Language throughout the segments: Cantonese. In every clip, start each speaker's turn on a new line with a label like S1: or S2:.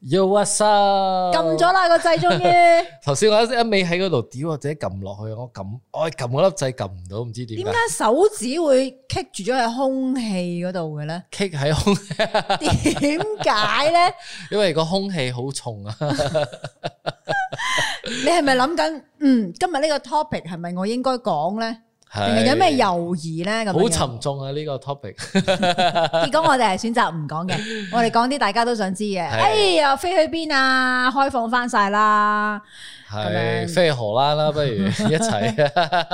S1: Yo what's up？
S2: 撳咗啦個掣，終於。
S1: 頭先我一一味喺嗰度屌，或者撳落去，我撳我撳嗰粒掣撳唔到，唔知點
S2: 點解手指會棘住咗喺空氣嗰度 嘅咧？
S1: 解棘喺空，
S2: 點解咧？
S1: 因為個空氣好重啊。
S2: 你係咪諗緊？嗯，今日呢個 topic 係咪我應該講咧？定
S1: 係
S2: 係有咩啊猶豫咧？咁樣
S1: 好沉重啊！呢個 topic
S2: 結果我哋係選擇唔 講嘅，我哋講啲大家都想知嘅。
S1: 係
S2: 哎呀，飛去邊啊？開放翻晒啦！咁
S1: 係
S2: 樣
S1: 飛去荷蘭啦， 不如一齊 啊！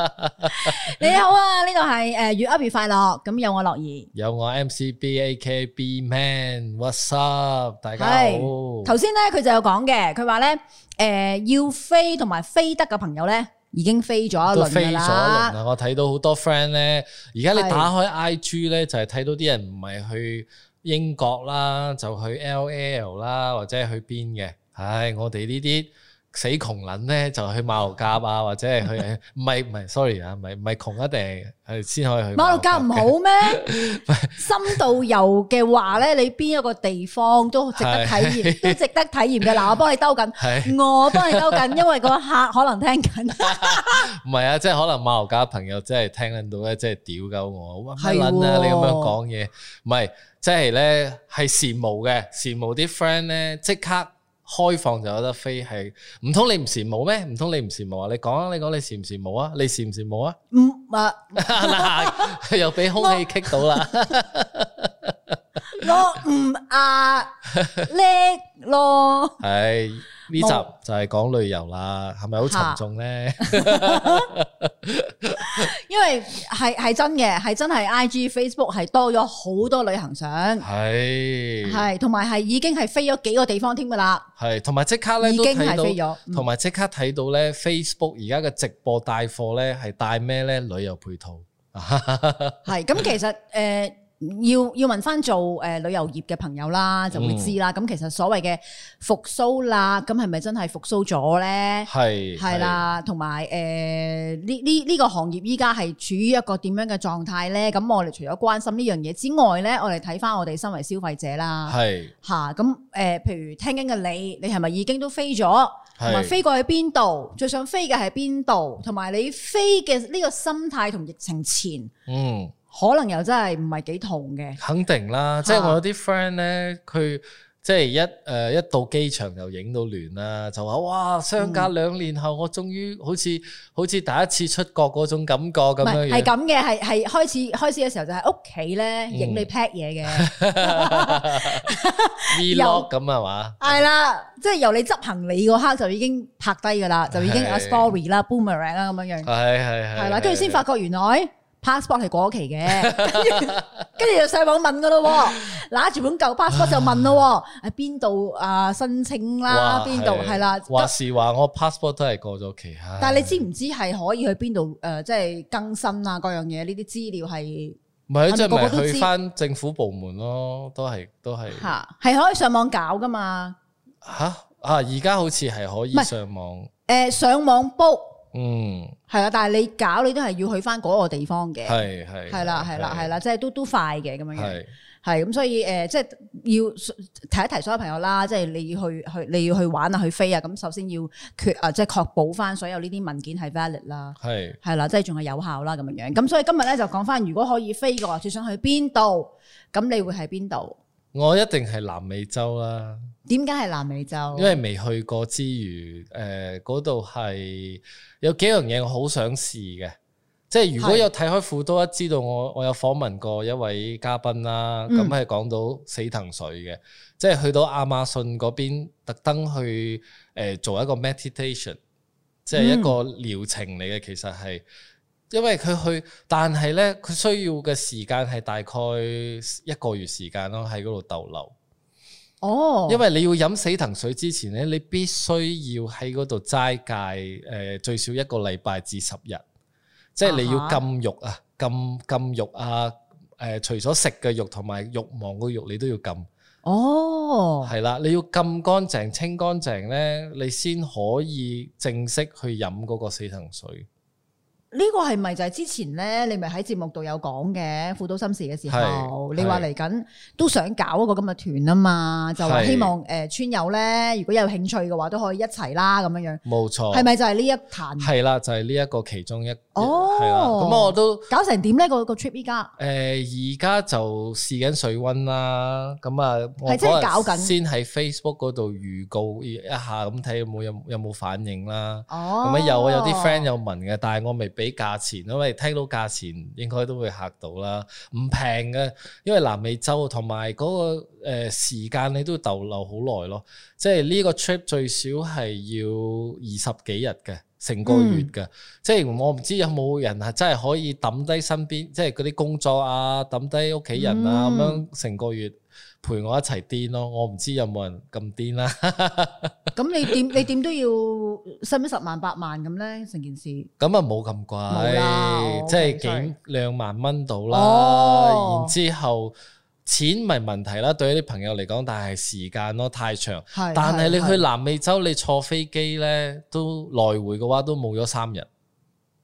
S2: 你好啊，呢度係诶越 up 越快樂，咁有我樂兒。
S1: 有我 MC B A K B Man，what's up？大家
S2: 係
S1: 好。
S2: 頭先咧佢就有講嘅，佢話咧诶要飛同埋飛得嘅朋友咧已經飛咗一
S1: 都
S2: 啊輪
S1: 飛
S2: 㗎
S1: 咗一輪啊
S2: 啦。
S1: 啦！我睇到好多 friend 咧，而家
S2: 係
S1: 你打開 IG 咧，就係睇到啲人唔係去英國啦，就去 LL 啦，或者去邊嘅。唉，我哋呢啲死窮撚咧，就去馬六甲啊，或者係去唔係唔係，sorry 啊，唔係唔係窮一定係係先可以去
S2: 馬六甲唔好
S1: 嘅
S2: 咩？ 深度遊嘅話咧，你邊一個地方 都值得體驗，都值得體驗嘅。嗱，我幫你兜緊，
S1: 係
S2: 我幫你兜緊，因為個客可能聽緊。
S1: 唔係啊？即 係可能馬六甲朋友真係聽撚到咧，即係屌鳩我，哇乜
S2: 係
S1: 撚啊！
S2: 喎
S1: 你咁樣講嘢，唔係即係咧係羨慕嘅，羨慕啲 friend 咧即刻開放就有得飛，係唔通你唔羨慕咩？唔通你唔羨慕啊？你講啊，你講你羨唔羨慕啊？你羨唔羨慕啊？
S2: 唔啊，
S1: 嗱，又俾空氣棘到 啦，
S2: 我唔啊 叻咯。
S1: 係呢集就係講旅遊啦，係咪好沉重咧？
S2: 因為係係真嘅，係真係 I G、Facebook 係多咗好多旅行相，
S1: 係
S2: 係同埋係已經係飛咗幾個地方添㗎啦，
S1: 係，同埋即刻咧
S2: 已
S1: 都
S2: 經
S1: 睇
S2: 係
S1: 到
S2: 飛。咗。嗯
S1: 同埋即刻睇到咧，Facebook 而家嘅直播帶貨咧係帶咩咧？旅遊配套，
S2: 係咁，其實誒、呃要要問翻做誒、呃旅遊業嘅朋友啦，就會知啦。
S1: 嗯
S2: 咁、其實所謂嘅復甦啦，咁係咪真係復甦咗咧？
S1: 係
S2: 係，啦，同埋誒呃呢呢呢個行業依家係處於一個點樣嘅狀態咧？咁我哋除咗關心呢樣嘢之外咧，我哋睇翻我哋身為消費者啦，
S1: 係
S2: 嚇咁誒，譬如聽緊嘅你，你係咪已經都飛咗？同埋
S1: 係
S2: 飛過去邊度？最想飛嘅係邊度？同埋你飛嘅呢個心態同疫情前。
S1: 嗯，
S2: 可能又真係唔係幾同嘅。
S1: 肯定啦。即係我有啲 friend 咧，佢即係一誒、呃一到機場就影到亂啦，就話哇，相隔兩年後，我終於好似好似第一次出國嗰種感覺
S2: 唔
S1: 咁樣
S2: 係
S1: 樣。
S2: 係咁嘅，係係開始開始嘅時候就喺屋企咧
S1: 嗯
S2: 影你 pack 嘢嘅，
S1: Vlog 咁係嘛？
S2: 係啦，即係由你執行李嗰刻就已經拍低噶啦，就已經
S1: 係
S2: a story 啦、boomerang 啦咁樣
S1: 係
S2: 樣，
S1: 係係。
S2: 係啦，跟住先
S1: 發
S2: 發覺原來 passport 係過期嘅， 跟住跟住就上網問噶咯喎，拿住本舊 passport 就問咯喎，喺邊度啊申請啦，邊度係啦，
S1: 話是話我 passport 都係過咗期啊。
S2: 但係你知唔知係可以去邊度誒，即係更新啊各樣嘢呢啲資料係？
S1: 唔係，即係
S2: 個個都
S1: 咪
S2: 知
S1: 去翻政府部門咯？都係都係吓
S2: 吓，係可以上網搞噶嘛？
S1: 啊！而家好似係可以
S2: 唔係
S1: 上網，
S2: 诶、呃上網 book
S1: 嗯，
S2: 係啦，但係你搞你都係要去翻嗰個地方嘅，
S1: 係係
S2: 係啦，係啦，係啦，即係都都快嘅咁樣樣，
S1: 係
S2: 係咁，所以诶、誒即係要提一提所有朋友啦，即係你要去去你要去玩啊，去飛啊，咁首先要決啊，即係確保翻所有呢啲文件係 valid 啦。
S1: 係
S2: 係啦，即係仲係有效啦咁樣樣，咁所以今日咧就講翻，如果可以飛嘅話，最想去邊度？咁你會喺邊度？
S1: 我一定係南美洲啦，
S2: 點解係南美洲？
S1: 因為未去過之餘，誒嗰度係有幾樣嘢我好想試嘅。即係如果
S2: 係
S1: 有睇開富多一，知道我我有訪問過一位嘉賓啦，
S2: 嗯
S1: 咁係講到死藤水嘅，即係去到亞馬遜嗰邊特登去誒、呃做一個 meditation，即係一個
S2: 嗯
S1: 療程嚟嘅，其實係。因為佢去，但係咧，佢需要嘅時間係大概一個月時間咯，喺嗰度逗留。
S2: 哦，
S1: 因為你要飲死藤水之前咧，你必須要喺嗰度齋戒誒、呃最少一個禮拜至十日，即係你要
S2: 啊哈
S1: 禁肉啊，禁禁肉啊，誒、除咗食嘅肉同埋慾望嘅肉，你都要禁，
S2: 哦，
S1: 係啦，你要禁乾淨、清乾淨咧，你先可以正式去飲嗰個死藤水。
S2: 呢個係咪就係之前咧？你咪喺節目度有講嘅輔導心事嘅時候，
S1: 係
S2: 你話嚟緊都想搞一個咁嘅團啊嘛，就話
S1: 係
S2: 希望誒村友咧，如果有興趣嘅話，都可以一齊啦咁樣樣，
S1: 冇錯，
S2: 係咪就係呢一壇？
S1: 哦係啦，就係呢一個其中一
S2: 哦
S1: 係啦。咁我都
S2: 搞成點咧？個個 trip 依家
S1: 誒而家就試緊水温啦，咁啊，我
S2: 係真係
S1: 嗰日
S2: 搞緊
S1: 先喺 Facebook 嗰度預告一下，咁睇有冇有有冇反應啦。
S2: 哦，
S1: 咁啊有啊，有啲 friend 有問嘅，但係我未俾價錢，啊因為聽到價錢應該都會嚇到啦，唔平嘅，因為南美洲同埋嗰個誒時間你都要逗留好耐咯，即係呢個 trip 最少係要二十幾日嘅。成個
S2: 嗯
S1: 月嘅，即係我唔知有冇人係真係可以抌低身邊，即係嗰啲工作啊，抌低屋企人啊，咁、
S2: 嗯
S1: 樣成個月陪我一齊癲咯。我唔知有冇人咁癲啦。
S2: 咁你點你點都要使唔使十萬八萬咁咧？成件事
S1: 咁啊冇咁
S2: 冇啦
S1: 貴，
S2: 我
S1: 即係
S2: OK，sorry
S1: 幾兩萬蚊到啦。
S2: 哦
S1: 然之後錢唔係問題啦，對於啲朋友嚟講，但係時間咯太長。
S2: 係，
S1: 但係你去
S2: 係
S1: 南美洲，你坐飛機咧都來回嘅話都冇咗三日，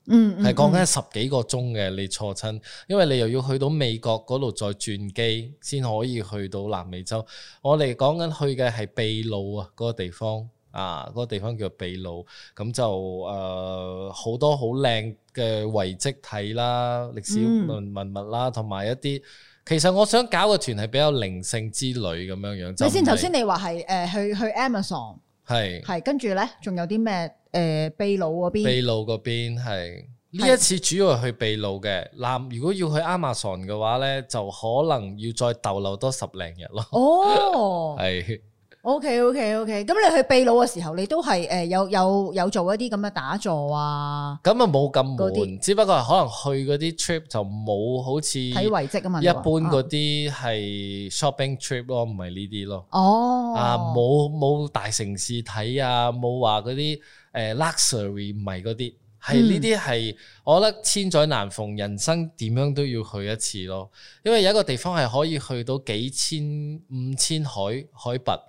S2: 嗯嗯
S1: 係講緊十幾個鐘嘅你坐親，因為你又要去到美國嗰度再轉機先可以去到南美洲。我哋講緊去嘅係秘魯啊嗰個地方。啊！嗰、個地方叫秘魯，咁就誒好、多好靚嘅遺跡睇啦，歷史
S2: 嗯
S1: 文文物啦，同埋一啲其實我想搞嘅團係比較靈性之旅咁樣樣。就
S2: 你先
S1: 唔係
S2: 頭先你話係誒去去 Amazon
S1: 係
S2: 係跟住咧，仲有啲咩誒秘魯嗰邊
S1: 秘魯嗰邊係呢
S2: 係
S1: 一次主要係去秘魯嘅，南如果要去 Amazon 嘅話咧，就可能要再逗留多十零日咯。
S2: 哦。
S1: 係
S2: O K O K O K，咁你去秘魯嘅時候，你都係誒有有有做一啲咁嘅打坐啊，
S1: 咁啊冇咁
S2: 嗰啲
S1: 悶，只不過係可能去嗰啲 trip 就冇好似
S2: 睇
S1: 一
S2: 遺跡啊嘛。
S1: 般嗰啲
S2: 啲
S1: 係 shopping trip 咯，唔係呢啲咯。
S2: 哦，
S1: 啊，冇冇大城市睇啊，冇話嗰啲誒 luxury 唔係嗰啲，係
S2: 嗯
S1: 呢啲係我覺得千載難逢，人生點樣都要去一次咯。因為有一個地方係可以去到幾千五千海海拔，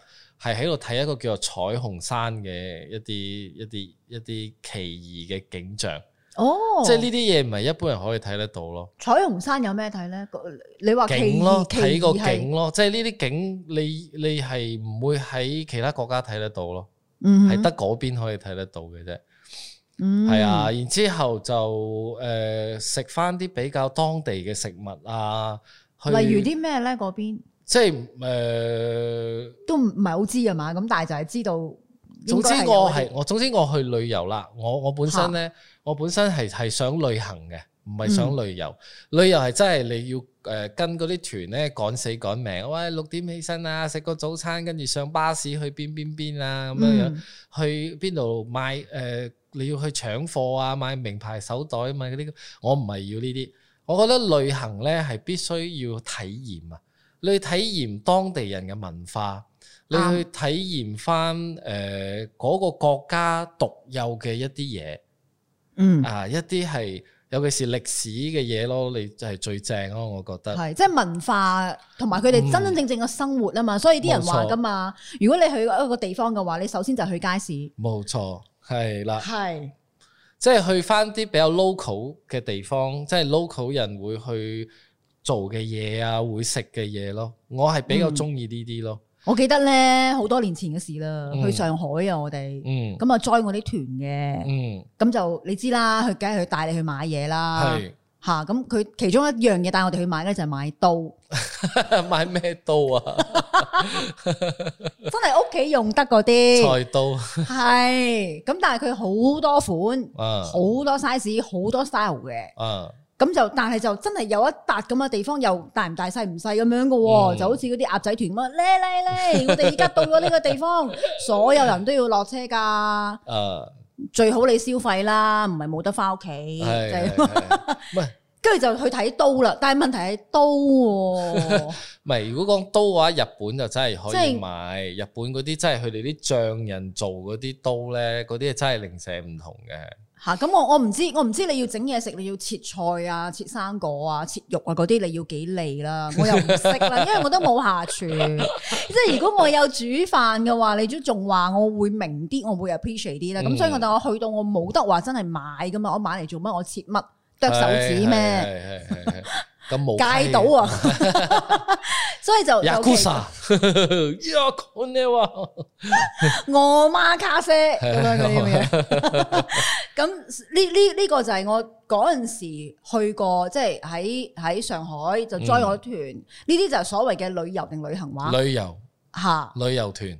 S1: 係喺度睇一個叫做彩虹山嘅一啲一啲一啲奇異嘅景象，
S2: 哦，
S1: 即係呢啲嘢唔係一般人可以睇得到咯。
S2: 彩虹山有咩睇咧？個你話哦奇
S1: 景咯
S2: 異，奇
S1: 睇個
S2: 異係
S1: 景咯，即係呢啲景你你係唔會喺其他國家睇得到咯。
S2: 嗯
S1: 係得嗰邊可以睇得到嘅啫，
S2: 嗯
S1: 係啊。然之後就誒食翻啲比較當地嘅食物啊，去
S2: 例如啲咩咧？嗰邊
S1: 即係誒，
S2: 都唔唔係好知啊嘛，咁但係就係知道應
S1: 總
S2: 該
S1: 之
S2: 有一啲。
S1: 我係我總之我去旅遊啦。我我本身咧，我本身係係想旅行嘅，唔
S2: 嗯
S1: 係想旅遊。旅遊係真係你要誒、呃跟嗰啲團咧趕死趕命，喂六點起身啊，食個早餐，跟住上巴士去邊邊邊啊咁樣樣。
S2: 嗯
S1: 去邊度買誒、呃你要去搶貨啊，買名牌手袋啊，買嗰啲，我唔係要呢啲。我覺得旅行咧係必須要體驗啊，你去體驗當地人嘅文化，你
S2: 啱
S1: 去體驗翻誒嗰個國家獨有嘅一啲嘢。
S2: 嗯，
S1: 啊，一啲係尤其是歷史嘅嘢咯，你就係最正咯，我覺得。
S2: 係即係文化同埋佢哋
S1: 嗯
S2: 真真正正嘅生活啊嘛，所以啲人話噶嘛，如果你去一個地方嘅話，你首先就去街市，
S1: 冇錯，係啦，
S2: 係
S1: 即係去翻啲比較 local 嘅地方，即係 local 人會去做嘅嘢啊，會食嘅嘢咯。我係比較中意呢啲咯。
S2: 我記得咧好多年前嘅事啦，
S1: 嗯
S2: 去上海啊，我哋
S1: 嗯
S2: 咁啊 join 我啲團嘅，
S1: 嗯，
S2: 咁就你知啦，佢梗係去帶你去買嘢啦，
S1: 係
S2: 吓咁佢其中一樣嘢帶我哋去買咧就係買 刀，
S1: 買咩刀啊？
S2: 真係屋企用得嗰啲，
S1: 菜刀
S2: 係咁但係佢好多款。
S1: 啊
S2: 好多 size，好多 style 嘅，
S1: 啊
S2: 咁就但係就真係有一笪咁嘅地方，又大唔大細唔細咁樣嘅喎，
S1: 嗯
S2: 就好似嗰啲鴨仔團咁啊，咧 咧咧，我哋而家到咗呢個地方，所有人都要落車㗎，
S1: 啊，
S2: 最好你消費啦，唔係冇得翻屋企，就
S1: 係
S2: 係
S1: 係係唔係
S2: 跟住就去睇刀啦，但係問題係刀喎，
S1: 唔係？如果講刀嘅話，日本就真係可
S2: 即
S1: 以
S2: 係
S1: 買。日本嗰啲真係佢哋啲匠人做嗰啲刀咧，嗰啲真係零舍唔同嘅。
S2: 吓咁我我唔知我唔知你要整嘢食，你要切菜啊、切生果啊、切肉啊嗰啲，你要幾利啦？我又唔識啦，因為我都冇下廚。即係如果我有煮飯嘅話，你都仲話我會明啲，我會 appreciate 啲啦。咁、
S1: 嗯
S2: 所以我但我去到我冇得話真係買噶嘛，我買嚟做乜？我切乜？剁手指咩？
S1: 係？係係係係咁冇
S2: 戒到啊！所以就就其
S1: Yakuza，Yakuza，
S2: 我媽卡西咁樣嗰啲咁
S1: 係
S2: 樣。咁呢呢呢個就係我嗰陣時去過，即係喺喺上海就 join 我團，呢啲、就係所謂嘅旅遊定旅行話
S1: 旅遊
S2: 吓，
S1: 旅遊團，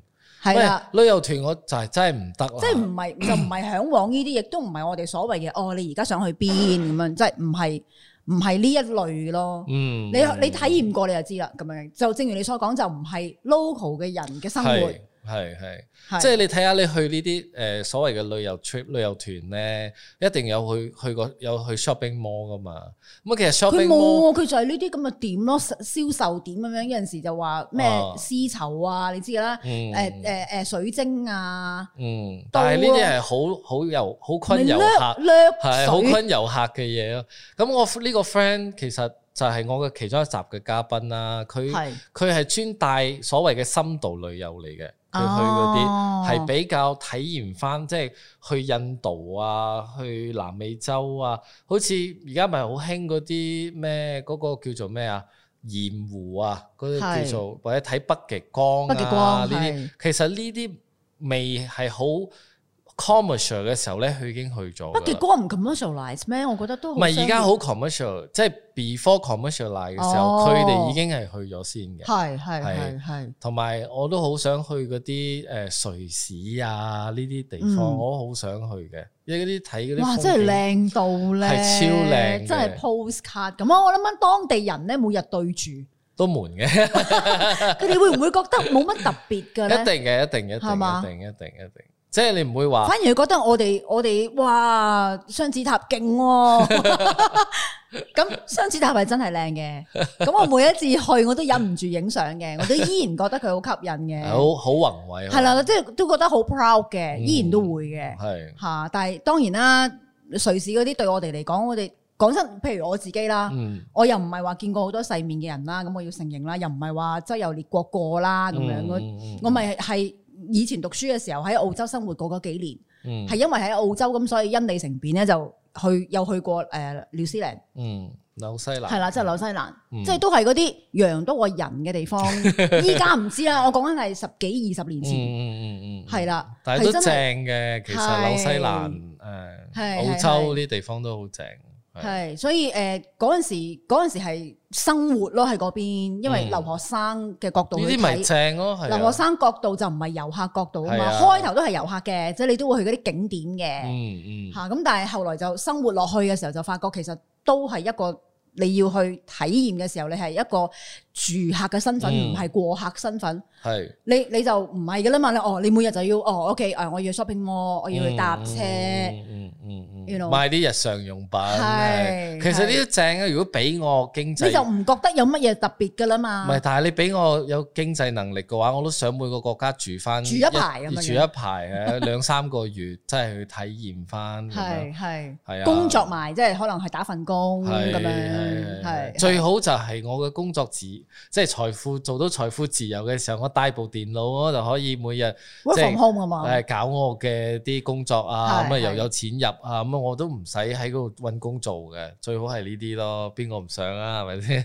S2: 啊係啦。
S1: 喂旅遊團我就係真係唔得啦，
S2: 即係唔係就唔係向往呢啲，亦都唔係我哋所謂嘅哦，你而家想去邊咁樣，即係唔係唔係呢一類咯。
S1: 嗯，
S2: 你你體驗過你就知啦，咁樣就正如你所講，就唔係 local 嘅人嘅生活，
S1: 係係係。
S2: 係
S1: 即係你睇下你去呢啲誒所謂嘅旅遊 trip 旅遊團咧，一定有去去過有去 shopping mall 噶嘛。咁其實
S2: 佢
S1: shopping mall
S2: 冇喎，佢啊就係呢啲咁嘅點咯，銷售點咁樣。有陣時就話咩
S1: 啊
S2: 絲綢啊，你知㗎啦，
S1: 嗯
S2: 誒誒誒水晶啊，
S1: 嗯，但係呢啲係好好遊好
S2: 咪
S1: 昆遊客，係好
S2: 掠
S1: 昆遊客嘅嘢咯。咁我呢個 friend 其實就係我嘅其中一集嘅嘉賓啦，佢
S2: 水係
S1: 佢係專帶所謂嘅深度旅遊嚟嘅，佢去嗰啲。
S2: 哦
S1: 係比較體驗翻，即係去印度啊，去南美洲啊，好似而家咪好興嗰啲咩嗰個叫做咩啊鹽湖啊，嗰啲
S2: 係
S1: 叫做或者睇北極光
S2: 北極光
S1: 啊呢啲
S2: 係，
S1: 其實呢啲未係好 commercial 嘅時候咧，佢已經去咗㗎啦。
S2: 北極光唔 commercialize 咩？我覺得都
S1: 唔係而家
S2: 商
S1: 好
S2: 業
S1: commercial，即係 before commercialize 嘅時候，
S2: 哦
S1: 佢哋、已經係去咗先嘅。
S2: 係係
S1: 係
S2: 係係
S1: 同埋我都好想去嗰啲誒瑞士啊呢啲地方，
S2: 嗯
S1: 我都好想去嘅，因為嗰啲睇嗰啲
S2: 哇！
S1: 風
S2: 真係
S1: 景
S2: 靚到咧，
S1: 係超靚嘅
S2: 真係 postcard 咁啊！我諗緊當地人咧，每日對住
S1: 都悶嘅，
S2: 佢哋會唔會覺得冇乜特別嘅
S1: 一
S2: 咧？
S1: 定嘅，一定嘅，一定
S2: 係嘛
S1: 一定一定一定，即係你唔會話
S2: 反而覺得我哋我哋哇雙子塔勁 喎，咁雙子塔係真係靚嘅。咁我每一次去我都忍唔住影相嘅，我都依然覺得佢好吸引
S1: 係
S2: 嘅，
S1: 好好宏偉，
S2: 係啦，即係都覺得好 proud 嘅，
S1: 嗯
S2: 依然都會嘅
S1: 係，
S2: 嚇。但係當然啦，瑞士嗰啲對我哋嚟講，我哋講真，譬如我自己啦。
S1: 嗯
S2: 我又唔係話見過好多世面嘅人啦，咁我要承認啦，又唔係話周遊列國過啊啦咁樣，我
S1: 嗯
S2: 我咪係以前讀書嘅時候喺澳洲生活過嗰幾年，
S1: 嗯
S2: 係因為喺澳洲咁，所以因利乘便咧就去又去過誒、呃、紐西蘭，
S1: 嗯紐西蘭
S2: 係啦，即係紐西蘭，
S1: 嗯
S2: 即係都係嗰啲羊多過人嘅地方。依家唔知啦，我講緊係十幾二十年
S1: 嗯
S2: 前，
S1: 嗯嗯嗯嗯
S2: 係啦
S1: 但係都
S2: 係真
S1: 正
S2: 係
S1: 嘅，其實
S2: 係
S1: 紐西蘭誒
S2: 係
S1: 嗯澳洲呢啲地方都好正，係
S2: 係、所以誒嗰陣時嗰陣時係生活咯喺嗰邊，因
S1: 嗯
S2: 為留學生嘅角度
S1: 呢
S2: 去
S1: 啲咪
S2: 睇。
S1: 正咯，係啊
S2: 留學生角度就唔係遊客角度啊
S1: 係
S2: 嘛，
S1: 啊
S2: 開頭都係遊客嘅，即係你都會去嗰啲景點嘅
S1: 嗯嗯
S2: 嚇，咁、但係後來就生活落去嘅時候，就發覺其實都係一個你要去體驗嘅時候，你係一個住客嘅身份，
S1: 嗯
S2: 唔係、過客身份。
S1: 係。
S2: 你你就唔係嘅啦嘛，你哦，你每日就要哦，OK，誒，我要 shopping mall，我要去搭車，
S1: 嗯嗯嗯
S2: you know
S1: 買啲日常用品。啊
S2: 係
S1: 係其實呢啲正啊！如果俾我經濟，
S2: 你就
S1: 唔
S2: 唔覺得有乜嘢特別嘅啦嘛。
S1: 係，但係你俾我有經濟能力嘅話，我都想每個國家住翻
S2: 住一排咁樣
S1: 住一排嘅 兩三個月，真係去體驗翻。咁樣
S2: 係係
S1: 係啊
S2: 工作埋，即係可能係打份工
S1: 係
S2: 咁
S1: 係
S2: 樣，係
S1: 最好就係我嘅工作自即係財富做到財富自由嘅時候，我帶部電腦我就可以每日
S2: work
S1: 即係
S2: from home 啊嘛。
S1: 誒搞我嘅啲工作啊，
S2: 係
S1: 咁啊又
S2: 係
S1: 有錢入啊，咁啊我都唔使喺嗰度揾工做嘅，最好係呢啲咯，邊個唔想啊？係咪先？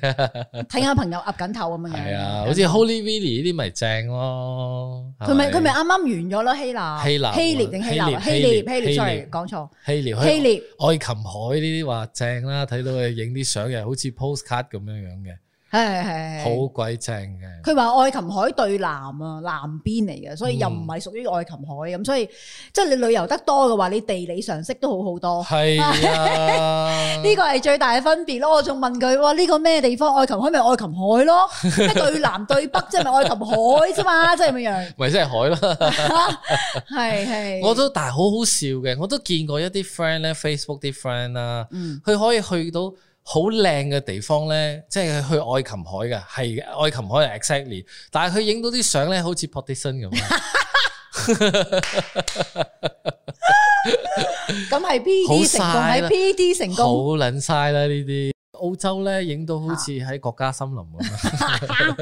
S2: 睇下朋友岌緊頭咁樣樣。
S1: 係啊，好似 Holy Willy 呢啲咪正咯。
S2: 佢咪
S1: 係
S2: 佢咪啱啱完咗咯，希臘、
S1: 希臘
S2: 希臘定希臘、
S1: 希
S2: 希
S1: 臘希臘
S2: 臘、希臘，sorry 講錯，
S1: 希臘
S2: 希臘
S1: 愛琴海呢啲話正啦，睇到佢影啲相又好似 postcard 咁樣樣嘅，
S2: 係係係。
S1: 好鬼正嘅。
S2: 佢話愛琴海對南啊，南邊嚟嘅，所以又唔係屬於愛琴海咁，所以即係你旅遊得多嘅話，你地理常識都 好好多。
S1: 係啊，
S2: 哦 呢個係最大嘅分別咯。我仲問佢：哇，呢個咩地方？愛琴海咪愛琴 海咯，咩對南對北，即係咪愛琴海啫嘛？即係咁樣。
S1: 咪即係海咯。
S2: 係係。
S1: 我都但係好好笑嘅，我都見過一啲 friend 咧，Facebook 啲 friend 啦。
S2: 嗯
S1: 佢可以去到好靚嘅地方咧，即係去愛琴海嘅，係愛琴海係 exactly，但係佢影到啲相咧，好似啊 partition 咁樣，
S2: 咁咁係 P D 成
S1: 好嘥啦
S2: 功，係 P D 成
S1: 好
S2: 功，
S1: 撚嘥啦呢啲。澳洲咧影到好似
S2: 啊
S1: 喺國家森林咁啊樣，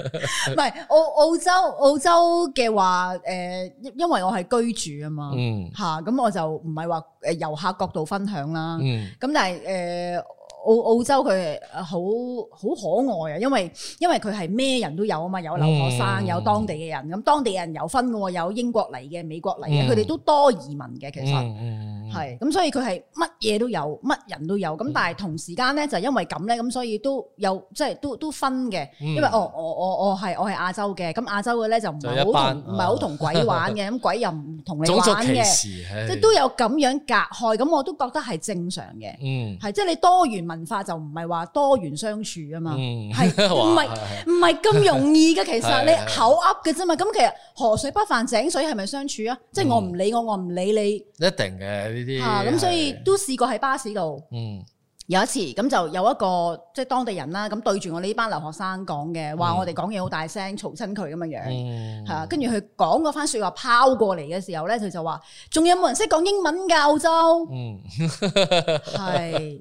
S2: 唔係澳澳洲澳洲嘅話，诶、因因為我係居 住啊嘛，
S1: 嗯
S2: 吓咁、我就唔係話诶遊客角度分享啦，
S1: 嗯
S2: 咁但係誒澳澳洲佢誒好好可愛啊，因為因為佢係咩人都有啊嘛，有留學生，
S1: 嗯
S2: 有當地嘅人，咁當地人有分嘅喎，有英國嚟嘅、美國嚟嘅，
S1: 嗯
S2: 佢哋都多移民嘅其實。
S1: 嗯，
S2: 係，咁所以佢係乜嘢都有，乜人都有。咁但係同時間咧，就因為咁咧，咁所以都有即係都都分嘅。
S1: 嗯
S2: 因為哦，我我我係我係亞洲嘅，咁亞洲嘅咧就唔
S1: 就
S2: 係
S1: 一
S2: 好
S1: 班啊
S2: 同唔係好同鬼玩嘅，咁鬼又唔同你
S1: 種族
S2: 玩
S1: 歧
S2: 嘅，
S1: 視，唉
S2: 即係都有咁樣隔開。咁我都覺得係正常嘅。
S1: 嗯
S2: 係即係你多元文化就唔係話多元相處啊嘛，
S1: 嗯
S2: 係唔
S1: 哇
S2: 係唔係咁容 易嘅。其實
S1: 係
S2: 你
S1: 係
S2: 口噏嘅啫嘛，咁其實河水不犯井水係咪相處啊？即係
S1: 嗯
S2: 我唔理我，我唔理你
S1: 一定嘅呢啲
S2: 嚇，咁所以
S1: 係
S2: 都試過喺巴士度
S1: 嗯
S2: 有一次，咁就有一個即係當地人啦，咁對住我呢班留學生講嘅，話
S1: 嗯
S2: 我哋講嘢好大聲，嘈親佢咁樣樣。
S1: 嗯
S2: 係啊，跟住佢講嗰番説話拋過嚟嘅時候咧，佢就話：仲有冇人識講英文㗎澳 洲？
S1: 嗯
S2: 係。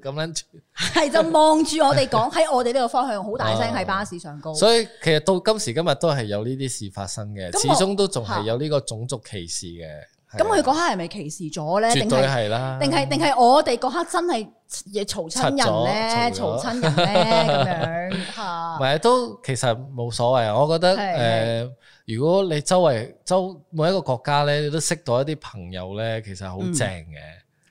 S1: 咁樣。
S2: 系就望住我哋講喺我哋呢個方向好大聲喺巴士上 高，
S1: 所以其實到今時今日都係有呢啲事發生嘅，
S2: 咁
S1: 始
S2: 我
S1: 終都仲係有呢個種族歧視嘅。係啊
S2: 咁佢嗰刻係咪歧視咗咧？定
S1: 絕對
S2: 係
S1: 係啦，
S2: 定係定係我哋嗰刻真係嘈親人咧，
S1: 柒咗
S2: 嘈
S1: 嘈咗
S2: 親人咧咁樣
S1: 唔
S2: 吓，
S1: 係都其實冇所謂。啊我覺得誒、
S2: 係
S1: 呃如果你周圍周每一個國家咧，你都識到一啲朋友咧，其實好正嘅，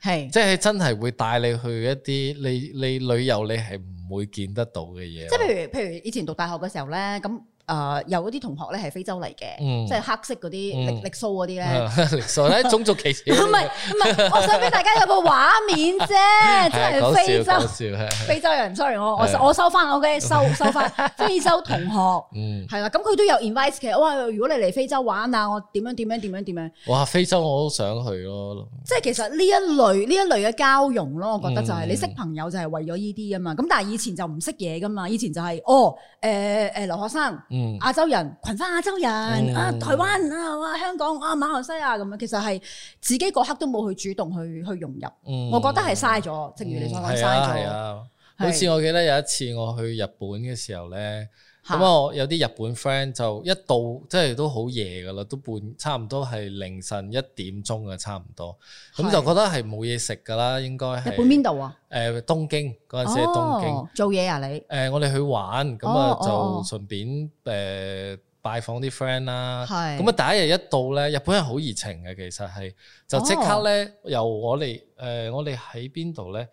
S2: 係
S1: 即係真係會帶你去一啲你你旅遊你係唔會見得到嘅嘢。
S2: 即係譬如譬如以前讀大學嘅時候咧，咁诶有一啲同學咧係非洲嚟嘅，
S1: 嗯
S2: 即係黑色嗰啲力
S1: 嗯
S2: 力蘇嗰啲咧。
S1: 如所以咧種族歧視，
S2: 唔係唔係，我想俾大家有個畫 面啫，即
S1: 係
S2: 係非
S1: 講
S2: 洲
S1: 笑講笑係
S2: 非洲人，sorry，我我收
S1: 係
S2: 我收翻我嘅收收翻 非洲同學。
S1: 嗯，
S2: 係啦，咁佢都有 invite 嘅。哇！如果你嚟非洲玩啊，我點樣點樣點樣點樣，
S1: 哇！非洲我都想去咯。
S2: 即係其實呢一類呢一類嘅交融咯，我覺得就係
S1: 嗯
S2: 你識朋友就係為咗呢啲啊嘛。咁但係以前就唔識嘢噶嘛，以前就係、哦誒誒、呃留學生。
S1: 嗯，
S2: 亞洲人群翻亞洲人、
S1: 嗯
S2: 啊，台灣啊，哇香港啊，馬來西亞咁樣，其實係自己嗰刻都冇去主動去去融入，
S1: 嗯
S2: 我覺得係嘥咗，正如你所講嘥
S1: 係啊係
S2: 咗，
S1: 啊，
S2: 係
S1: 好似我記得有一次我去日本嘅時候咧，
S2: 嚇
S1: 咁啊我有啲日本 friend 就一到即係都好夜噶啦，都半差唔多係凌晨一點鐘啊，差唔多，咁
S2: 係
S1: 就覺得係冇嘢食噶啦，應該係
S2: 日本邊度啊？
S1: 誒東京嗰陣時喺東京，誒、
S2: 哦做嘢啊你
S1: 我哋去玩，咁
S2: 哦
S1: 啊
S2: 哦哦
S1: 就順便誒、拜訪啲 friend 啦，
S2: 係
S1: 咁啊，第一日一到咧，日本人好熱情嘅，其實係就即刻咧，由我哋誒、呃我哋喺邊度咧？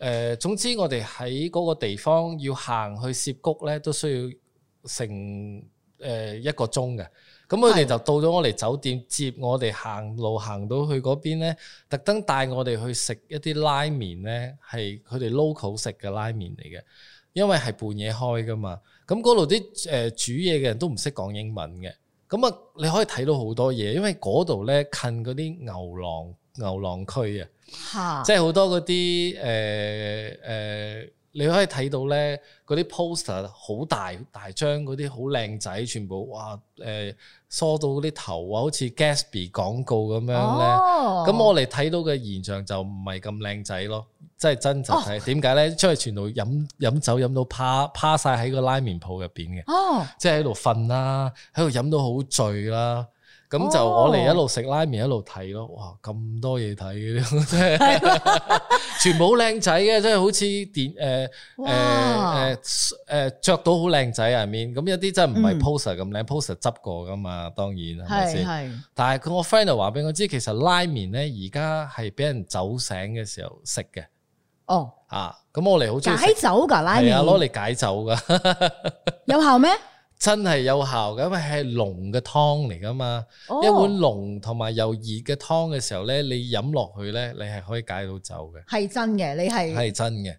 S1: 誒、總之我哋喺嗰個地方要行去涉谷咧，都需要成誒、呃一個鐘嘅。咁佢哋
S2: 係
S1: 就到咗我哋酒店接我哋行路行到去嗰邊咧，特登帶我哋去食一啲拉麵咧，係佢哋 local 食嘅拉麵嚟嘅，因為係半夜開噶嘛。咁嗰度啲誒煮嘢嘅人都唔識講英文嘅。咁啊，你可以睇到好多嘢，因為嗰度咧近嗰啲牛郎牛郎區啊，
S2: 嚇，
S1: 即係好多嗰啲誒誒，你可以睇到咧嗰啲 poster 好大大張，嗰啲好靚仔，全部哇誒、梳到嗰啲頭啊，好似 Gatsby 廣告咁樣咧。
S2: 哦
S1: 咁我哋睇到嘅現象就唔係咁靚仔咯，即係真實睇。點解咧？因為全部飲飲酒飲到趴趴晒喺個拉麵鋪入邊嘅。
S2: 哦。
S1: 即係喺度瞓啦，喺度飲到好醉啦。咁就
S2: 哦
S1: 我哋一路食拉麵一路睇咯，哇咁多嘢睇嘅， 真係 全部好靚仔嘅，即係好似電誒
S2: 哇
S1: 誒誒誒著到好靚仔啊面，咁有啲真係唔
S2: 嗯
S1: 係 poser 咁靚，poser 執過噶嘛，當然係咪
S2: 係
S1: 先？
S2: 係
S1: 但係佢我 friend 就話俾我知，其實拉麵咧而家係俾人酒醒嘅時候食嘅
S2: 哦，
S1: 啊，咁我哋好中意食
S2: 解酒㗎拉
S1: 係啊，攞
S2: 麵
S1: 嚟解酒噶。
S2: 有效咩？
S1: 真係有效嘅，因為係濃嘅湯嚟噶嘛。
S2: 哦
S1: 一碗濃同埋又熱嘅湯嘅時候咧，你飲落去咧，你係可以解到酒嘅，
S2: 係真嘅，你係
S1: 係真嘅。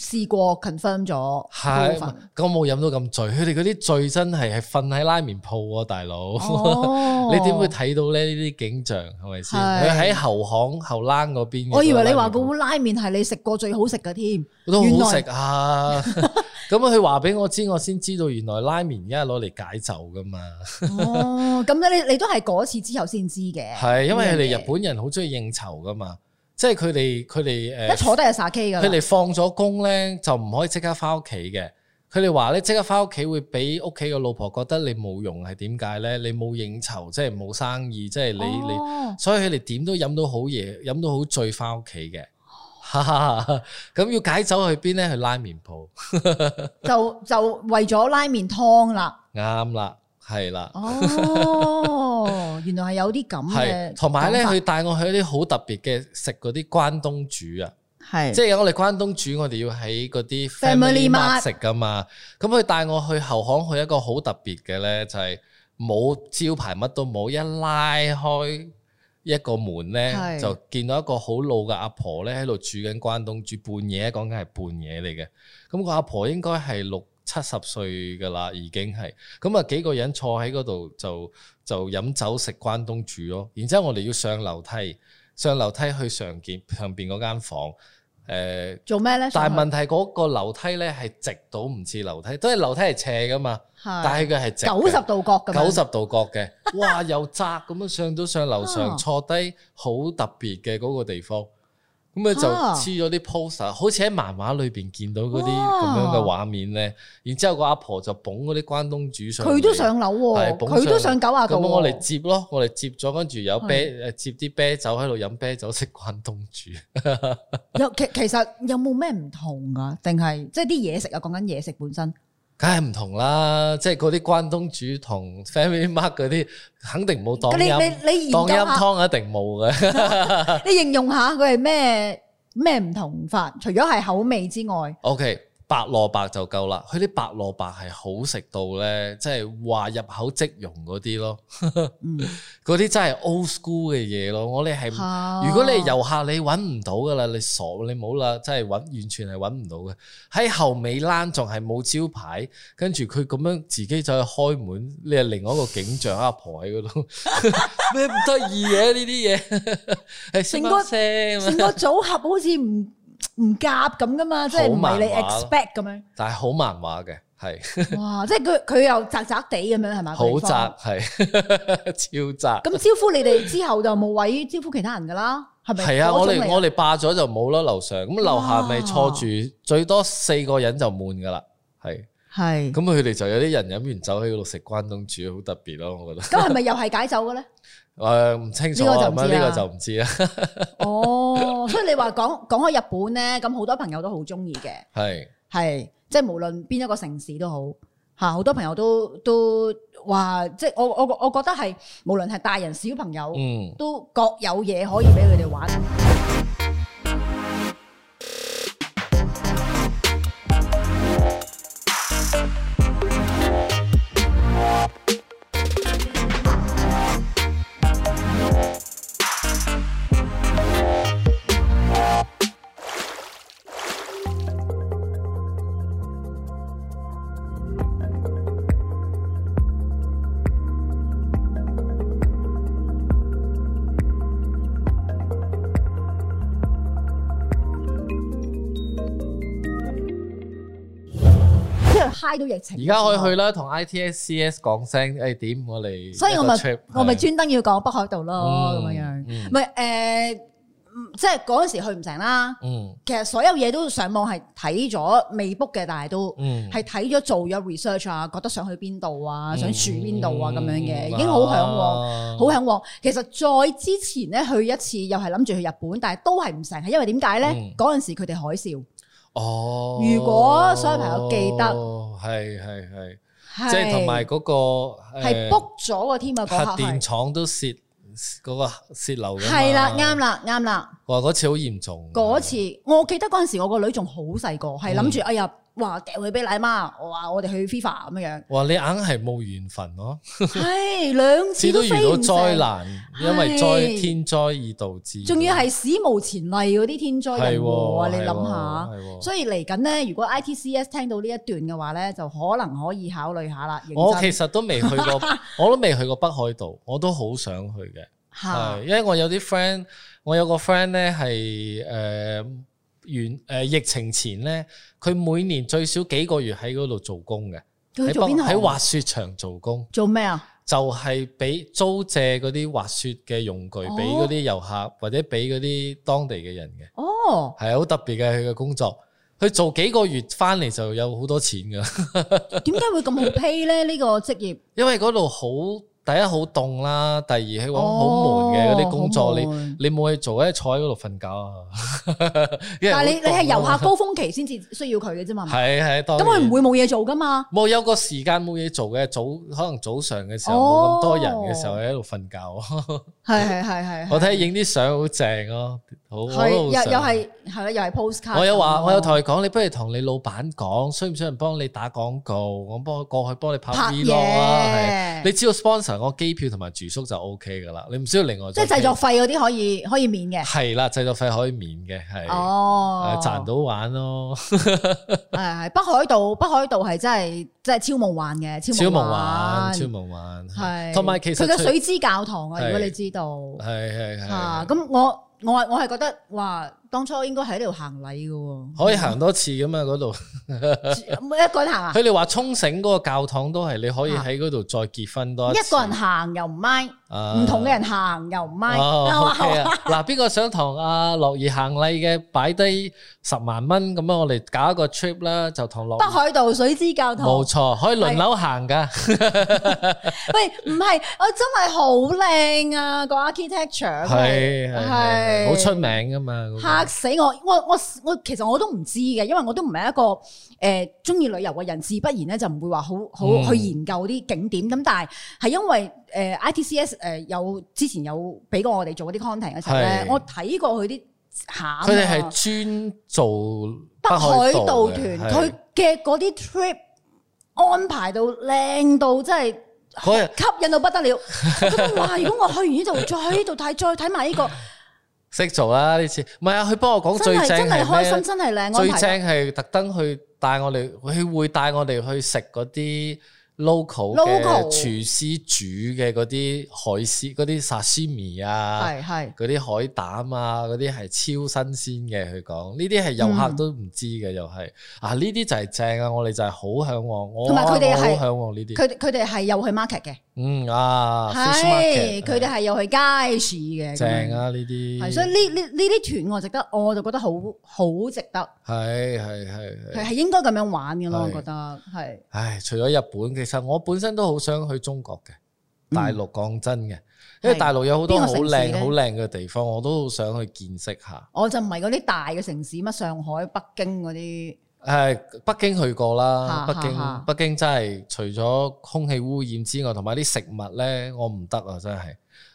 S2: 試過 confirm 咗
S1: 係
S2: 部 分
S1: 咁冇飲到咁醉，佢哋嗰啲醉真係係瞓喺拉麵鋪喎，大佬。
S2: 哦
S1: 你點會睇到咧呢啲景象係咪先？
S2: 係
S1: 佢喺後巷後欄嗰邊嘅。
S2: 我以為你話
S1: 嗰
S2: 嗰
S1: 個
S2: 碗拉麵係你食過最好食 嘅添，
S1: 拉麵鋪
S2: 原
S1: 都好食
S2: 來
S1: 啊！咁佢話俾我知，我先知道原來拉麵而家係攞嚟解酒噶嘛。
S2: 哦，咁你你都係嗰次之後先知嘅，
S1: 係，因為佢
S2: 呢樣嘢
S1: 哋日本人好中意應酬噶嘛，即係佢哋佢哋诶
S2: 一坐低就撒 K 噶
S1: 佢
S2: 啦。
S1: 哋放咗工咧就唔可以即刻翻屋企嘅。佢哋話咧即刻翻屋企會俾屋企個老婆覺得你冇用係點解咧？你冇應酬，即係冇生意，即係你你，
S2: 哦
S1: 所以佢哋點都飲到好夜，飲到好醉翻屋企 嘅。哈哈哈咁要解酒去邊咧？去拉麵鋪
S2: 就就為咗拉麵湯 啦。
S1: 啱啦，係啦。
S2: 哦，原來係有啲咁
S1: 係，
S2: 嘅，
S1: 同埋咧，佢帶我去一啲好特別嘅食嗰啲關東煮啊，
S2: 係
S1: 即係我哋關東煮，我哋要喺嗰啲
S2: Family
S1: family
S2: Mart
S1: mart 食噶嘛。咁佢帶我去後巷去一個好特別嘅咧，就係冇招牌，乜都冇，一拉開一個門咧，
S2: 係
S1: 就見到一個好老嘅阿婆咧喺度煮緊關東煮，半夜講緊係半夜嚟嘅。咁、個阿婆應該係六七十歲噶啦，已經係。咁啊幾個人坐喺嗰度就就飲酒食關東煮咯。然之後我哋要上樓梯，上樓梯去上件上邊嗰間房。誒、
S2: 做咩咧？
S1: 但係
S2: 上去
S1: 問題嗰個樓梯咧係直到唔似樓梯，都係樓梯係斜噶嘛，
S2: 係
S1: 但係佢係直
S2: 九十度角咁樣，
S1: 九十度角 嘅，哇又窄咁樣上到上樓
S2: 啊
S1: 上坐低，好特別嘅嗰個地方。咁
S2: 啊
S1: 啊就黐咗啲 poster，好似喺漫畫裏邊見到嗰啲
S2: 哇
S1: 咁樣嘅畫面咧。然之後個阿婆就捧嗰啲關東煮上嚟，
S2: 佢都上樓喎，
S1: 係捧上
S2: 佢都上九啊度
S1: 咁我哋
S2: 喎。
S1: 接咯，我哋接咗，跟住有啤誒接啲啤酒喺度飲啤酒食關東煮。
S2: 有其其實有冇咩唔同㗎？定係即係啲嘢食啊？講緊嘢食本身
S1: 梗係唔同啦，即係嗰啲關東煮同 Family Mart 嗰啲，肯定冇當
S2: 你
S1: 音，
S2: 你你研
S1: 當
S2: 究
S1: 音
S2: 下，
S1: 湯一定冇嘅。
S2: 你形容下佢係咩咩唔同法？除咗係口味之外，
S1: OK，白蘿蔔就夠啦，佢啲白蘿蔔係好食到咧，即係話入口即溶嗰啲咯，
S2: 嗯，
S1: 嗰啲真係 old school 嘅嘢咯。我哋係
S2: 如
S1: 如果你係遊客，你揾唔到噶啦，你傻你冇啦，真係揾完全係揾唔到嘅。喺後尾欄仲係冇招牌，跟住佢咁樣自己走去開門，你係另外一個景象，阿婆喺嗰度 咩唔得意嘅呢啲嘢， 係
S2: 成
S1: 成
S2: 個
S1: 個聲，啊
S2: 成個組合好似唔唔夾咁噶嘛，即係唔係你
S1: 好麻麻
S2: expect 咁樣。
S1: 但係好漫畫嘅，係
S2: 哇！即係佢佢又窄窄地咁樣係咪？
S1: 好
S2: 個地方。
S1: 窄，係 超窄。
S2: 咁招呼你哋之後就冇位招呼其他人噶啦，係咪？
S1: 係啊，我
S2: 嗰種嚟
S1: 哋
S2: 㗎
S1: 我哋霸咗就冇咯，樓上咁樓下咪坐住最多四個人就滿噶啦，係。
S2: 係
S1: 咁佢哋就有啲人飲完酒喺嗰度食關東煮，好特別咯，我覺得。
S2: 咁係咪又係解酒嘅咧？
S1: 誒唔清楚啊，
S2: 呢個就
S1: 咁
S2: 唔知
S1: 樣
S2: 啦
S1: 呢個就唔知啦。
S2: 哦，所以你話講講開日本咧，咁好多朋友都好中意嘅，
S1: 係
S2: 係即係無論邊一個城市都好嚇，好多朋友都都話，即係我我我覺得係無論係大人小朋友，
S1: 嗯，
S2: 都各有嘢可以俾佢哋玩。即係嗨到疫情，
S1: 而家可以去。啦，同 ITSCS 講聲誒點我哋。
S2: 所以我咪
S1: 一個 trip，
S2: 我咪
S1: 係
S2: 專登要講北海道咯，
S1: 嗯
S2: 咁樣樣，
S1: 嗯
S2: 唔係誒，即係嗰陣時去唔成啦。
S1: 嗯
S2: 其實所有嘢都上網係睇咗未 book 嘅，但係都
S1: 嗯
S2: 係睇咗做咗 research 啊，覺得想去邊度啊，想住邊度啊咁樣嘅，
S1: 嗯
S2: 已經好向往，
S1: 啊
S2: 好向往。其實再之前咧去一次又係諗住去日本，但係都係唔成，係因為點解咧
S1: 嗯？
S2: 嗰陣時佢哋海嘯，
S1: 哦。
S2: 如果所有朋友記得
S1: 係係係，即係
S2: 係
S1: 同埋嗰個誒
S2: 係 book 咗個添啊嗰
S1: 核
S2: 刻
S1: 電
S2: 係，
S1: 廠都泄嗰個泄漏㗎嘛
S2: 係啦，啱。啦，啱啦。
S1: 哇！嗰次好嚴重。啊
S2: 嗰次，我記得嗰陣時，我個女仲好細個，
S1: 嗯
S2: 係諗住哎呀，哇掉佢俾奶媽，我話我哋去 FIFA 咁樣
S1: 哇！你硬係冇緣分咯。
S2: 樣，係兩次
S1: 至都
S2: 都
S1: 遇
S2: 飛
S1: 到
S2: 唔
S1: 災
S2: 成，
S1: 難，因為災天災而導致，
S2: 仲要係史無前例嗰啲天災人禍啊！
S1: 係
S2: 你
S1: 喎
S2: 諗下，，
S1: 所以
S2: 所以嚟緊呢，如果 ITCS 聽到呢一段嘅話呢，就可能可以考慮下啦。
S1: 我
S2: 認
S1: 其
S2: 真
S1: 實都未去 過，我都未去過北海道，我都好想去嘅，
S2: 嚇
S1: 係因為我有啲 friend，我有個 friend 咧係呃誒原誒疫情前咧，佢每年最少幾個月喺嗰度做工嘅，
S2: 佢
S1: 喺
S2: 做
S1: 北
S2: 邊行？
S1: 喺滑雪場做工，
S2: 做咩 啊？
S1: 就係俾租借嗰啲滑雪嘅用具俾嗰啲遊客，或者俾嗰啲當地嘅人嘅，
S2: 哦，
S1: 係好特別嘅佢嘅工作。佢做幾個月翻嚟就有好多錢噶，
S2: 點解會咁好 pay 咧？呢個職業
S1: 因為嗰度好第一好凍啦，第二佢講好悶
S2: 哦
S1: 嘅嗰啲工作，你
S2: 你
S1: 你冇嘢做咧，坐喺嗰度瞓覺啊。 因為
S2: 但係
S1: 好
S2: 你你
S1: 凍
S2: 係
S1: 啊
S2: 遊客高峰期先至需要佢嘅啫嘛。
S1: 係係，當
S2: 咁佢
S1: 然
S2: 唔會冇嘢做噶嘛？
S1: 冇有個時間冇嘢做嘅，早可能早上嘅時候
S2: 哦
S1: 冇咁多人嘅時候喺度瞓覺。
S2: 係係係 係。
S1: 我睇影啲相好正咯，好我
S2: 係
S1: 都
S2: 又
S1: 好想
S2: 又係哦係啦，又係 postcard。
S1: 我有話，我有同佢講，你不如同你老闆講，需唔需要人幫你打廣告？我幫過去幫你拍
S2: 拍
S1: V 咯啊，係
S2: 嘢，
S1: 你只要 sponsor 我機票同埋住宿就 OK 噶啦，你唔需要另外
S2: 即係
S1: 再
S2: 製作
S1: 俾
S2: 費嗰啲可以可以免嘅。
S1: 係啦，製作費可以免嘅係，誒
S2: 哦，
S1: 賺到玩咯，
S2: 係係北海道，北海道係真係真係超夢幻嘅，超
S1: 超夢
S2: 夢
S1: 玩，超
S2: 係
S1: 夢玩，
S2: 係
S1: 同埋其實
S2: 佢嘅
S1: 除
S2: 水之教堂啊，如果
S1: 係
S2: 你知道
S1: 係係
S2: 嚇，
S1: 係。
S2: 咁我我係我係覺得哇，當初應該喺呢度行禮嘅喎，
S1: 可以行多次噶嘛？嗰度，
S2: 每 一個人 行啊，
S1: 佢哋話沖繩嗰個教堂都係你可以喺嗰度再結婚多次
S2: 一個人行又唔 mind，
S1: 啊
S2: 唔同嘅人行又唔 mind，
S1: 哦
S2: 係 嘛
S1: ，OK 啊！嗱，邊個想同阿樂兒行禮嘅，擺低十萬蚊咁啊樣，我哋搞一個 trip 啦，就同樂
S2: 北
S1: 兒。
S2: 海道水之教堂，
S1: 冇錯，可以輪流行噶，
S2: 喂，唔係，我真係好靚啊個 architecture，
S1: 係係係
S2: 係
S1: 好出名噶嘛。嗰個
S2: 嚇死我！我我我其實我都唔知嘅，因為我都唔係一個誒中意旅遊嘅人，自不然咧就唔會話好
S1: 嗯
S2: 好去研究啲景點。咁、但係係因為誒、呃 ITCS 誒、呃有之前有俾過我哋做嗰啲 content 嘅時候
S1: 係，
S2: 咧我睇過佢啲餡。
S1: 佢哋係專做
S2: 啊北海道團，
S1: 嘅
S2: 佢嘅嗰啲 trip 安排到靚到真
S1: 係
S2: 係。
S1: 嗰日
S2: 吸引到不得了，我覺得哇！如果我去完呢度，再喺呢度睇，再睇埋呢個，
S1: 識做啦呢次，唔係啊！佢幫我講
S2: 真
S1: 最
S2: 係
S1: 正
S2: 真係
S1: 係
S2: 開
S1: 咩
S2: 心，？真係靚安
S1: 最
S2: 排
S1: 正
S2: 得。
S1: 係特登去帶我哋，佢會帶我哋去食嗰啲 local 嘅
S2: Local
S1: 廚師煮嘅嗰啲海鮮、嗰啲 sashimi 啊，
S2: 係係
S1: 嗰啲海膽啊，嗰啲係超新鮮嘅。佢講呢啲係遊客都唔知嘅，又係啊呢啲就係正啊！我哋就係好向往，我啊
S2: 同埋佢哋
S1: 我好
S2: 係
S1: 向往呢啲，
S2: 佢哋佢哋係有去 market 嘅，
S1: 嗯啊，fish
S2: 係
S1: market
S2: 佢哋係有去街市嘅，
S1: 正
S2: 咁樣！
S1: 啊呢啲，
S2: 係所以呢呢呢啲團我值得，我就覺得好好值得，
S1: 係係係係
S2: 係係應該咁樣玩嘅咯，
S1: 係
S2: 我覺得係。
S1: 唉，除咗日本，其實我本身都好想去中國嘅大陸。講真嘅，因為
S2: 嗯係
S1: 大陸有好多
S2: 邊個
S1: 好
S2: 城市
S1: 靚
S2: 呢
S1: 好靚嘅地方，我都好想去見識下。
S2: 我就唔係嗰啲大嘅城市，乜上海、北京嗰啲，
S1: 誒，北京去過啦，
S2: 嚇
S1: 北京
S2: 嚇嚇
S1: 北京真係除咗空氣污染之外，同埋啲食物咧，我唔得啊，真係，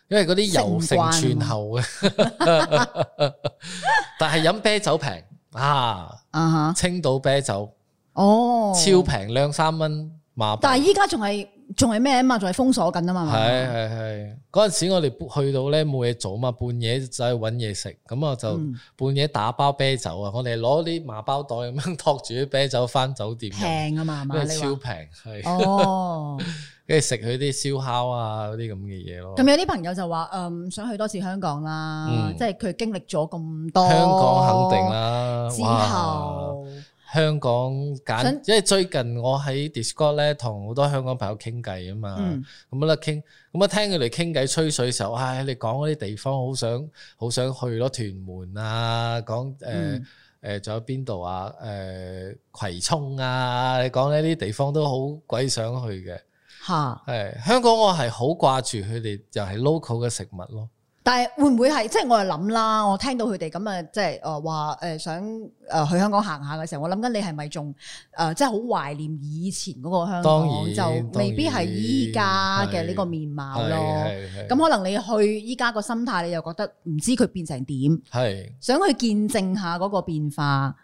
S1: 因為嗰啲油
S2: 食唔慣啊
S1: 成串後嘅。 但係飲啤酒平啊，
S2: 啊
S1: 青島啤酒
S2: 嚇，哦，
S1: 超平，兩三蚊馬幣。
S2: 但係依家仲係仲係咩啊嘛？仲係封鎖緊啊嘛，
S1: 係係係，嗰陣時我哋去到咧冇嘢做嘛，半夜就去揾嘢食，咁我就
S2: 嗯
S1: 半夜打包啤酒啊，我哋攞啲麻包袋咁樣托住啲啤酒翻酒店飲，
S2: 平啊嘛，係
S1: 因
S2: 嘛
S1: 為
S2: 你
S1: 超
S2: 話
S1: 平，係
S2: 哦，
S1: 跟住食佢啲燒烤啊嗰啲咁嘅嘢咯。
S2: 咁有啲朋友就話嗯想去多次香港啦，
S1: 嗯
S2: 即係佢經歷咗咁多，
S1: 香港肯定啦，
S2: 之
S1: 哇！
S2: 後
S1: 香港
S2: 想
S1: 揀，因為最近我喺 Discord 咧同好多香港朋友傾偈啊嘛。
S2: 嗯
S1: 咁啦傾，咁啊聽佢哋傾偈吹水嘅時候，唉，你講嗰啲地方好想好想去咯，屯門啊，講誒
S2: 嗯
S1: 誒，仲有邊度啊？誒、葵涌啊，你講呢啲地方都好鬼想去嘅。啊
S2: 吓，
S1: 係香港，我係好掛住佢哋，又係 local 嘅食物咯。
S2: 但係會唔會係即係我係諗啦，我聽到佢哋咁啊，即係誒話誒想誒去香港行下嘅時候，我諗緊你係咪仲誒即係好懷念以前嗰個香
S1: 當
S2: 港，
S1: 然
S2: 就未必係依家嘅呢個面貌
S1: 係
S2: 咯。
S1: 係係
S2: 咁可能你去依家個心態，你又覺得唔知佢變成點，
S1: 係，
S2: 想去見證下嗰個變化，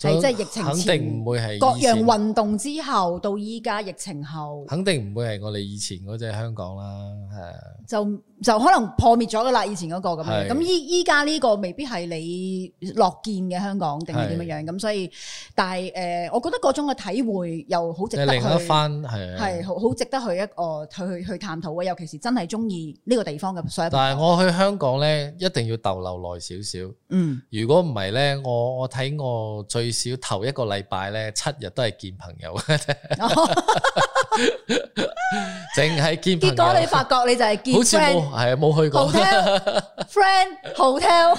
S2: 係即係疫情
S1: 肯
S2: 前
S1: 定唔會係
S2: 各
S1: 以
S2: 樣
S1: 前
S2: 運動之後到依家疫情後，
S1: 肯定唔會係我哋以前嗰只香港啦，係啊
S2: 就就可能破滅咗噶啦，以前嗰個咁
S1: 係
S2: 樣。咁依依家呢個未必係你樂見嘅香港定係點樣樣咁，所以但係誒、呃我覺得嗰種嘅體會又好
S1: 即
S2: 值得
S1: 係另一
S2: 去。
S1: 番係啊
S2: 係好好值得去一個去去探討嘅，尤其是真係中意呢個地方嘅所有朋友。
S1: 但係我去香港咧，一定要逗留耐少少。
S2: 嗯，
S1: 如果唔係咧，我我睇我最少頭一個禮拜咧，七日都係見朋友，
S2: 哦
S1: 淨係見朋友。
S2: 結果你發覺你就係見
S1: 好似
S2: friend
S1: 冇係啊冇去過，
S2: hotel friend hotel，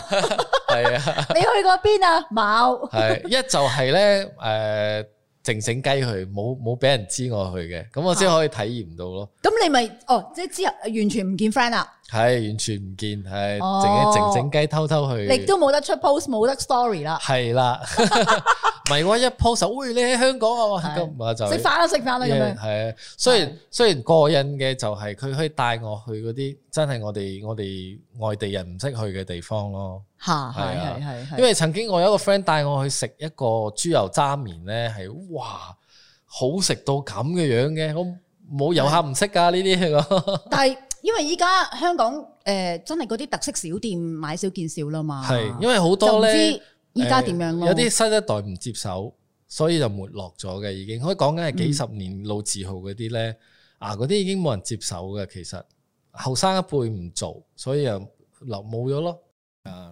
S1: 係啊
S2: 你去過邊啊？冇，
S1: 係一就係咧誒靜靜雞去，冇冇俾人知我去嘅，咁我先可以體驗到咯。
S2: 咁你咪哦，即係之後完全唔見 friend 啦，
S1: 係完全唔見，係
S2: 哦
S1: 靜靜靜雞偷偷去。
S2: 你都冇得出 post，冇得 story 啦，
S1: 係啦， 唔係我一 post 就喂你喺香港啊，
S2: 係
S1: 咁我就
S2: 食飯啦，食飯啦咁樣。
S1: 係啊，雖然雖然過癮嘅就係佢可以帶我去嗰啲真係我哋我哋外地人唔識去嘅地方咯。
S2: 嚇，
S1: 係
S2: 係
S1: 啊
S2: 係係係。
S1: 因為曾經我有一個 friend 帶我去食一個豬油渣麵咧，係哇好食到咁嘅樣嘅，我冇遊客唔識㗎呢啲係
S2: 但係因為依家香港誒真係嗰啲特色小店買少見少啦嘛，
S1: 係因為好
S2: 啊就
S1: 多
S2: 唔
S1: 咧
S2: 知。依家點樣咯？
S1: 有啲新一代唔接手，所以就沒落咗嘅已經。可以講緊係
S2: 嗯
S1: 幾十年老字號嗰啲咧，啊嗰啲已經冇人接手嘅。其實後生一輩唔做，所以又流冇咗咯。啊，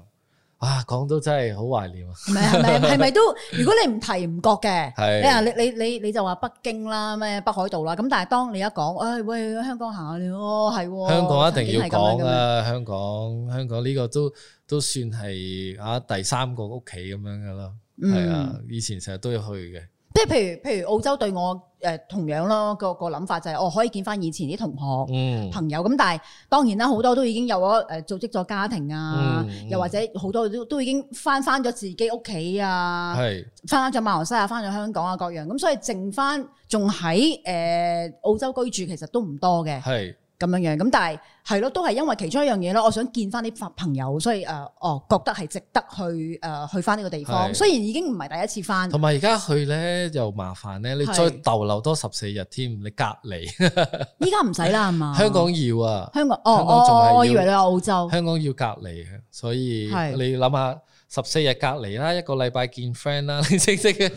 S1: 啊講到真係好懷念啊！
S2: 唔係係咪係咪都？如果你唔提唔覺嘅，
S1: 係
S2: 你啊你你你你就話北京啦咩北海道啦，咁但係當你一講，唉、喂香港行下你哦，係喎，
S1: 香港一
S2: 曾
S1: 定
S2: 經
S1: 要
S2: 係咁樣
S1: 講啊！香港香港呢個都都算係啊第三個屋企咁樣噶啦，
S2: 咁樣，
S1: 係啊
S2: 嗯，，
S1: 以前成日都要去嘅，
S2: 即係譬如譬如澳洲對我誒、呃同樣咯個個諗法就係、我可以見翻以前啲同學。
S1: 嗯，
S2: 朋友咁，但係當然啦，好多都已經有咗誒組織咗家庭啊，
S1: 嗯嗯
S2: 又或者好多都都已經翻翻咗自己屋企啊，
S1: 係
S2: 翻咗馬來西亞，翻咗香港啊，各樣咁，所以剩翻仲喺誒澳洲居住，其實都唔多嘅
S1: 係
S2: 咁樣樣。咁但係係咯，都係因為其中一樣嘢咯，我想見翻啲朋友，所以誒、呃哦，覺得係值得去誒、呃去翻呢個地方。
S1: 係
S2: 雖然已經唔係第一次翻，
S1: 同埋而家去咧又麻煩咧，你
S2: 嗯係
S1: 再逗留多十四日添，你隔離
S2: 依家唔使啦，係嘛？
S1: 香港要啊，
S2: 香港哦
S1: 香港仲係
S2: 哦，
S1: 要
S2: 我以為你話澳洲，
S1: 香港要隔離嘅，所以
S2: 係
S1: 你諗下十四日隔離啦，一個禮拜見 friend 啦， 你識唔識嘅？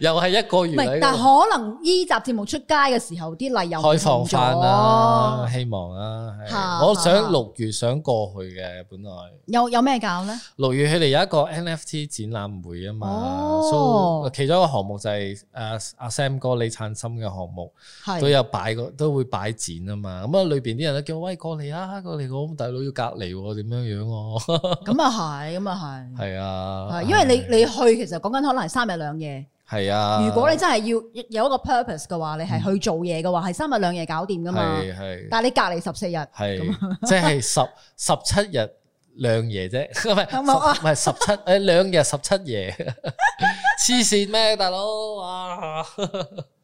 S1: 又係一個
S2: 唔
S1: 月
S2: 係，
S1: 喺
S2: 但
S1: 度
S2: 可能依集節目出街嘅時候，啲例又唔
S1: 開放
S2: 同
S1: 翻啦，
S2: 咗，
S1: 希望啦。
S2: 嚇
S1: 係我
S2: 嚇
S1: 想六月想過去嘅，本來。
S2: 有有咩搞咧？
S1: 六月佢哋有一個 NFT 展覽會啊嘛，
S2: 哦
S1: so，其中一個項目就係誒阿 Sam 哥李燦森嘅項目，都
S2: 係
S1: 有擺個都會擺展啊嘛。咁啊裏邊啲人都叫我喂過嚟啊，過嚟我大佬要隔離喎， 點樣樣喎？
S2: 咁啊係，咁啊係。
S1: 係啊，
S2: 係，因為你你去其實講緊可能係三日兩夜。
S1: 係啊，嗯
S2: 如果你真係要有一個 purpose 嘅話，你係去做嘢嘅話，係三日兩夜搞掂噶嘛。
S1: 係係
S2: 但係你隔離十四日，
S1: 係，即係十十七日兩夜啫， 唔係
S2: 咁啊
S1: 十唔係十七誒兩日十七夜， 黐線咩大佬啊！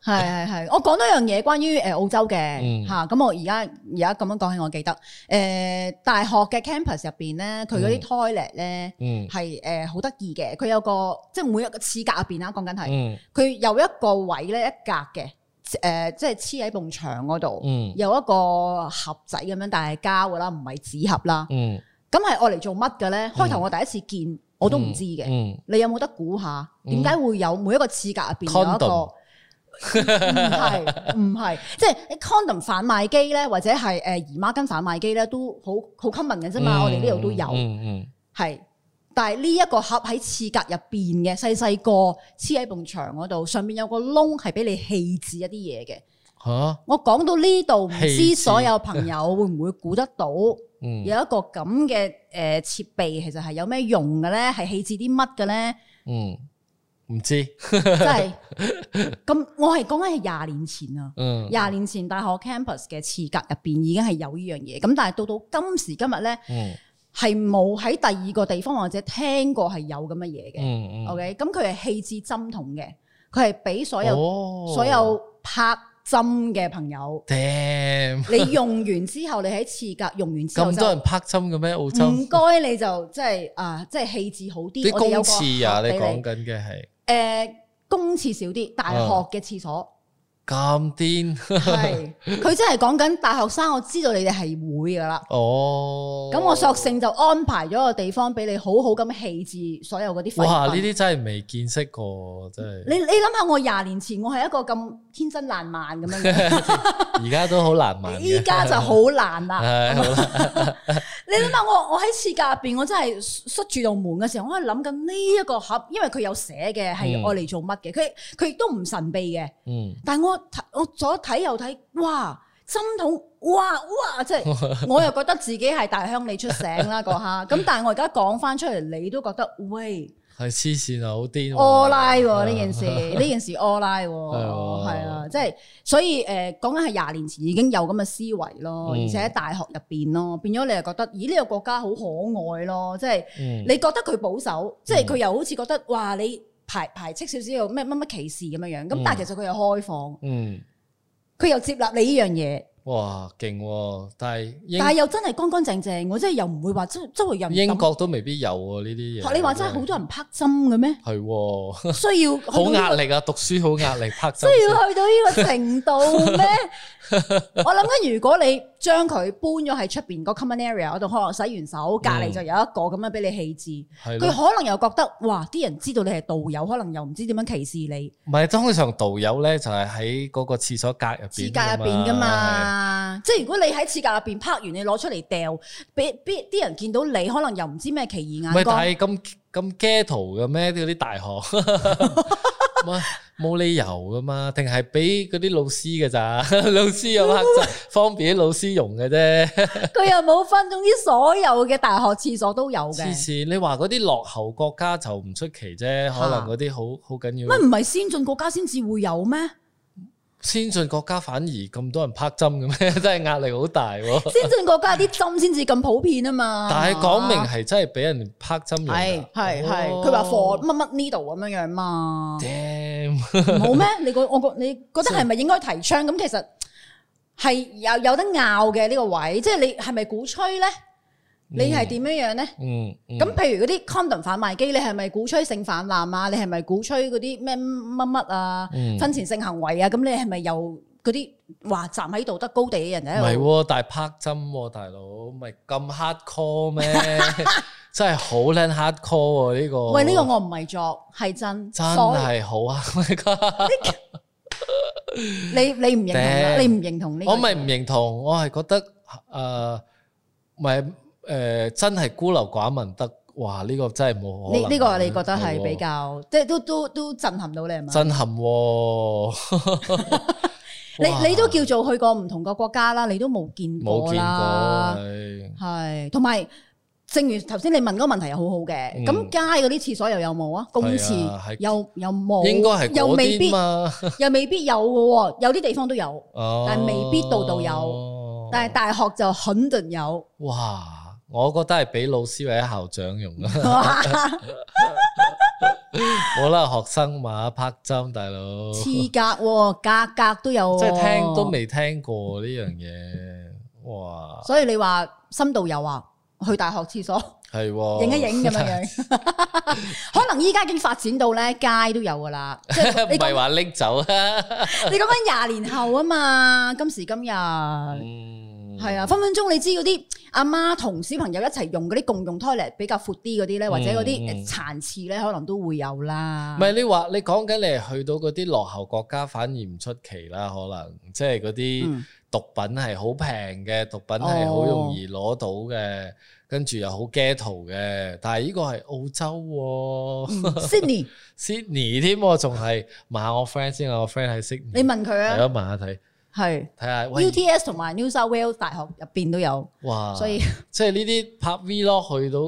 S2: 係係係。我講多樣嘢關於呃誒澳洲嘅
S1: 嗯
S2: 嚇，咁、我而家而家咁樣講起，我記得誒、呃大學嘅 campus 入邊咧，佢嗰啲
S1: 嗯
S2: toilet 咧
S1: 嗯
S2: 係誒好得意嘅，佢有個即係每一個廁格入邊啦，講緊係
S1: 嗯
S2: 佢有一個位咧一格嘅誒、即係黐喺埲牆嗰度，
S1: 嗯
S2: 有一個盒仔咁樣，但係膠噶啦，唔係紙盒啦。
S1: 嗯，
S2: 咁係愛嚟做乜嘅咧？開頭我第一次見，我都唔知嘅。
S1: 嗯。
S2: 你有冇得估下
S1: 嗯
S2: 點解會有每一個廁格入邊有一個？
S1: Condom
S2: 唔係唔係，即係 condom 販賣機咧，或者係誒姨媽巾販賣機咧，都好好 common 嘅啫嘛。我哋呢度都有，
S1: 嗯嗯
S2: 係、但係呢一個盒喺廁格入邊嘅，細細個黐喺埲牆嗰度，上面有個窿係俾你棄置一啲嘢嘅。
S1: 吓，
S2: 我講到呢度，唔
S1: 棄
S2: 知
S1: 置
S2: 所有朋友會唔會估得到？
S1: 嗯
S2: 有一個咁嘅誒設備，其實係有咩用嘅咧？係棄置啲乜嘅咧？
S1: 嗯，唔知，
S2: 真係咁，我係講緊係廿年前啊，
S1: 嗯
S2: 廿年前大學 campus 嘅廁格入邊已經係有呢樣嘢，咁但係到到今時今日咧，
S1: 嗯
S2: 係冇喺第二個地方或者聽過係有咁嘅嘢嘅。
S1: 嗯
S2: OK，咁佢係棄置針筒嘅，佢係俾所
S1: 哦
S2: 有、
S1: 有
S2: 所有拍針嘅 朋友，
S1: ，damn，
S2: 你用完之後，你喺廁格用完之後
S1: 咁
S2: 就
S1: 多人拍針嘅咩？澳洲
S2: 唔該，你就即係啊，即係棄置好啲。
S1: 啲
S2: 我哋
S1: 公
S2: 有個
S1: 廁啊，
S2: 盒
S1: 你
S2: 俾
S1: 講緊嘅係
S2: 誒公廁少啲，大學嘅廁所
S1: 咁癲
S2: 係佢真係講緊大學生，我知道你哋係會噶啦。
S1: 哦！
S2: 咁我索性就安排咗個地方俾你好好咁棄置所有嗰啲廢
S1: 哇！呢
S2: 品。
S1: 啲真係未見識過，真係
S2: 你你諗下，我廿年前我係一個咁天真爛漫咁 樣嘅，
S1: 而家都好難問
S2: 依
S1: 嘅。
S2: 家就好 難啦。
S1: 係好啦，
S2: 你諗下，我我喺廁格入边，我真係塞住道門嘅時候，我係諗緊呢一個盒，因為佢有寫嘅係
S1: 嗯
S2: 愛嚟做乜嘅，佢佢亦都唔神秘嘅。
S1: 嗯，
S2: 但系我睇我左睇右睇，哇！針筒，哇哇！即係我又覺得自己係大鄉里出醒啦嗰下，咁但係我而家講翻出嚟，你都覺得喂
S1: 係黐線啊，好癲喎！
S2: all 拉喎呢件事，呢件事 all 拉喎，
S1: 啊係喎
S2: 係啊，即係所以誒講緊係廿年前已經有咁嘅思維咯，
S1: 嗯
S2: 而且喺大學入邊咯，變咗你又覺得咦呢個國家好可愛咯，即係。
S1: 嗯，
S2: 你覺得佢保守，即係佢又好似覺得哇你排排斥少少又咩乜乜歧視咁樣樣，咁但係其實佢又開放，
S1: 嗯，
S2: 佢又接納你呢樣嘢，
S1: 哇，勁喎！但係英
S2: 但係又真係乾乾淨淨喎，即係又唔會話周周圍人
S1: 英國都未必有喎呢啲嘢。
S2: 學你話真係好多人拍針嘅咩？
S1: 係喎，
S2: 需要
S1: 好
S2: 去到呢
S1: 壓力啊！讀書好壓力，拍
S2: 需
S1: 真
S2: 要去到呢個程度 咩？我諗緊，如果你將佢搬咗喺出邊個 common area 嗰度，可能洗完手，隔離就有一個咁樣俾你棄置，
S1: 嗯係
S2: 佢
S1: 咯。
S2: 可能又覺得哇，啲人知道你係導遊，可能又唔知點樣歧視你。
S1: 唔係通常導遊咧，就係喺嗰個廁所隔入
S2: 廁
S1: 邊
S2: 格入邊噶。嘛，即係如果你喺廁格入邊拍完，你攞出嚟掉，俾俾啲人見到你，可能又唔知咩奇異
S1: 唔係，但
S2: 眼光。
S1: 係咁咁 ghetto 嘅咩？啲嗰啲大學， 冇冇理由噶嘛？定係俾嗰啲老師嘅咋？ 老師有黑仔，方便啲老師用嘅啫。
S2: 佢又冇分，總之所有嘅大學廁所都有
S1: 黐
S2: 嘅。
S1: 線！你話嗰啲落後國家就唔出奇啫，可能嗰啲好好緊
S2: 乜
S1: 要。
S2: 唔係先進國家先至會有咩？
S1: 先進國家反而咁多人拍針嘅咩？ 真係壓力好大喎。
S2: 先進國家啲針先至咁普遍啊嘛。
S1: 但係講明係真係俾人拍針用㗎
S2: 係。係係，
S1: 哦，
S2: 佢話 for 乜乜呢度咁樣樣嘛
S1: Damn！
S2: 冇咩？你覺我覺你覺得係咪應該提倡？咁其實係有有得拗嘅呢個位，即係你係咪鼓吹咧？你係點樣樣咧？
S1: 嗯，嗯
S2: 咁譬如嗰啲 condom 販賣機，你係咪鼓吹性泛濫啊？你係咪鼓吹嗰啲咩乜乜啊
S1: 嗯？
S2: 婚前性行為啊？咁你係咪又嗰啲話站喺道德高地嘅人
S1: 唔係
S2: 喺度？
S1: 喎，但係拍針喎，大佬，咪咁 hard core 咩？ 真係好撚 hard core 喎呢個。
S2: 喂，呢個我唔係作，係真。
S1: 真
S2: 所以
S1: 係好啊！
S2: 你你唔認同啊？
S1: Damn
S2: 你唔認同呢個？
S1: 我咪唔認同，我係覺得呃誒，咪誒呃真係孤陋寡聞得，哇！呢個真係冇可
S2: 呢
S1: 能。啊
S2: 呢個你覺得係
S1: 喎
S2: 比較即係都都都震撼到你係嘛？
S1: 震撼啊喎？哇
S2: 你你都叫做去過唔同個國家啦，你都冇見
S1: 冇
S2: 過
S1: 見
S2: 啦。
S1: 過係
S2: 係，同埋正如頭先你問嗰個問題又好好嘅，
S1: 嗯
S2: 咁、街嗰啲廁所又有冇啊？公
S1: 係啊係
S2: 廁又又冇，
S1: 應該係
S2: 又
S1: 嗰
S2: 未必
S1: 啲，嘛，
S2: 又未必有嘅喎，有啲地方都有，
S1: 但
S2: 係未必度度有
S1: 哦
S2: 但係大學就肯定 有。
S1: 哇！我覺得係俾老師或者校長用啊啦， 冇啦學生嘛拍針大佬，即
S2: 廁格喎，格格都有，
S1: 係聽都。未聽過呢樣嘢，哇！
S2: 所以你話深度遊啊，去大學廁所
S1: 係喎，
S2: 影一影咁樣樣， 可能依家已經發展到咧街都有噶啦，即係
S1: 唔係
S2: 你講
S1: 話拎走啊，
S2: 你講緊廿年後啊嘛，今時今日。
S1: 嗯
S2: 係啊，，分分鐘你知嗰啲阿媽同小朋友一齊用嗰啲共用 toilet 比較闊啲嗰啲咧，或者嗰
S1: 嗯
S2: 啲呃
S1: 嗯
S2: 殘廁咧，可能都會有啦
S1: 唔。係你話你講緊你係去到嗰啲落後國家，反而唔出奇啦，可能即係嗰啲
S2: 嗯
S1: 毒品係好平嘅，毒品係好容易攞到嘅，跟住又好 ghetto 嘅，但係呢個係澳洲喎。
S2: 嗯 Sydney，
S1: Sydney 添喎，仲係問下我 friend 先，我 friend 喺 Sydney，
S2: 你問佢
S1: 係
S2: 啊，
S1: 咯，問下睇
S2: 係
S1: 睇下，喂，
S2: UTS 同埋 New South Wales 大學入邊都有，
S1: 哇！
S2: 所以
S1: 即係呢啲拍 V 咯，去到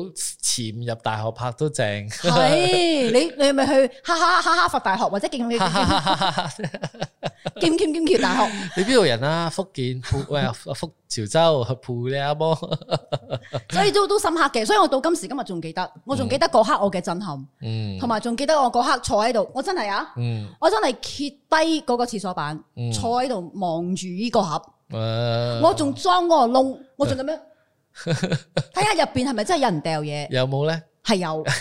S1: 潛入大學拍都正，
S2: 係你你咪去哈哈哈哈佛大學或者劍劍劍劍劍橋大學，
S1: 你邊度人啊？福建 浦喂，福潮州浦你阿波，
S2: 所以都都深刻嘅。所以我到今時今日仲記得，我仲記得嗰刻我嘅震撼，
S1: 嗯
S2: 同埋仲記得我嗰刻坐喺度，我真係啊，
S1: 嗯
S2: 我真係揭低嗰個廁所板
S1: 嗯，
S2: 坐喺度望住呢個盒。
S1: 誒
S2: 我仲裝嗰個窿，我仲咁樣睇下入邊係咪真係有人掉嘢，
S1: 有冇咧？
S2: 係有。啊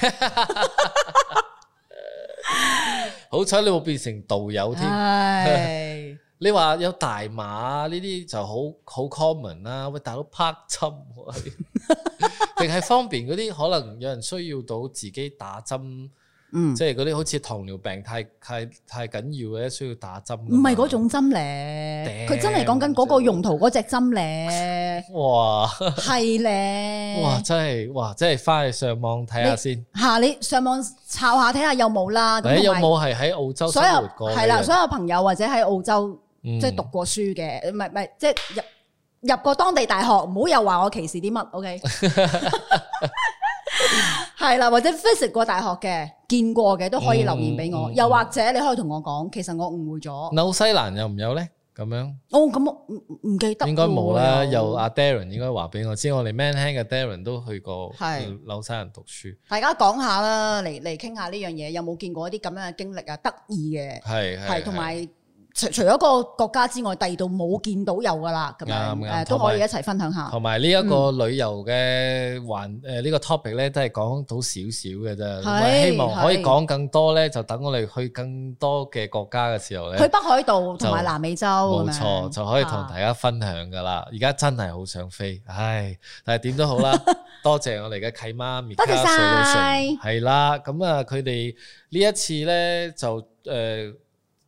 S1: 好彩你冇變成導遊添，
S2: 唉，
S1: 你話有大馬啊呢啲就好好 common 啦，喂大佬拍針喎， 定係方便嗰啲可能有人需要到自己打針，
S2: 嗯，
S1: 即係嗰啲好似糖尿病太太太緊要嘅，需要打針。
S2: 唔係嗰，種針咧，
S1: 頂
S2: 佢真係講緊嗰個用途嗰隻 針咧，
S1: 哇
S2: 係咧。
S1: 哇真係哇真係翻去上網睇下先，
S2: 吓你上網抄下睇下有冇啦，
S1: 或者
S2: 咁
S1: 有
S2: 同埋
S1: 冇係喺澳洲
S2: 所
S1: 生活
S2: 有
S1: 過嘅
S2: 係啦，
S1: 人
S2: 所有朋友或者喺澳洲
S1: 嗯
S2: 即係讀過書嘅，唔係唔係即係入入過當地大學，唔好又話我歧視啲乜，OK？係啦，或者 visit 過大學嘅，見過嘅都可以留言俾我，
S1: 嗯嗯嗯
S2: 又或者你可以同我講，其實我誤會咗，哦
S1: 紐西蘭有唔有咧？咁樣
S2: 咁我唔唔記得喎，
S1: 應該冇啦。有阿 Darren 應該話俾我知，我哋 Man Hand 嘅 Darren 都去過
S2: 係
S1: 紐西蘭讀書，
S2: 大家講下啦，嚟嚟傾下呢樣嘢，有冇見過一啲咁樣嘅經歷啊？得意嘅。
S1: 係
S2: 係同埋除除咗個國家之外，第二度冇見到有噶啦，咁樣
S1: 啱啱
S2: 誒都可以一齊分享下。
S1: 同埋呢一
S2: 嗯
S1: 個旅遊嘅環誒呢個 topic 咧，都係講到少少嘅啫。咁啊希望可以講更多咧，就等我哋去更多嘅國家嘅時候
S2: 去
S1: 咧，
S2: 北海道同埋南美洲咁
S1: 冇
S2: 樣
S1: 錯就可以同大家分享噶啦。而家真係好想飛，唉！但係點都好啦，多謝我哋嘅契 媽咪，
S2: 多謝晒
S1: 係啦。咁啊，佢哋呢一次咧就誒。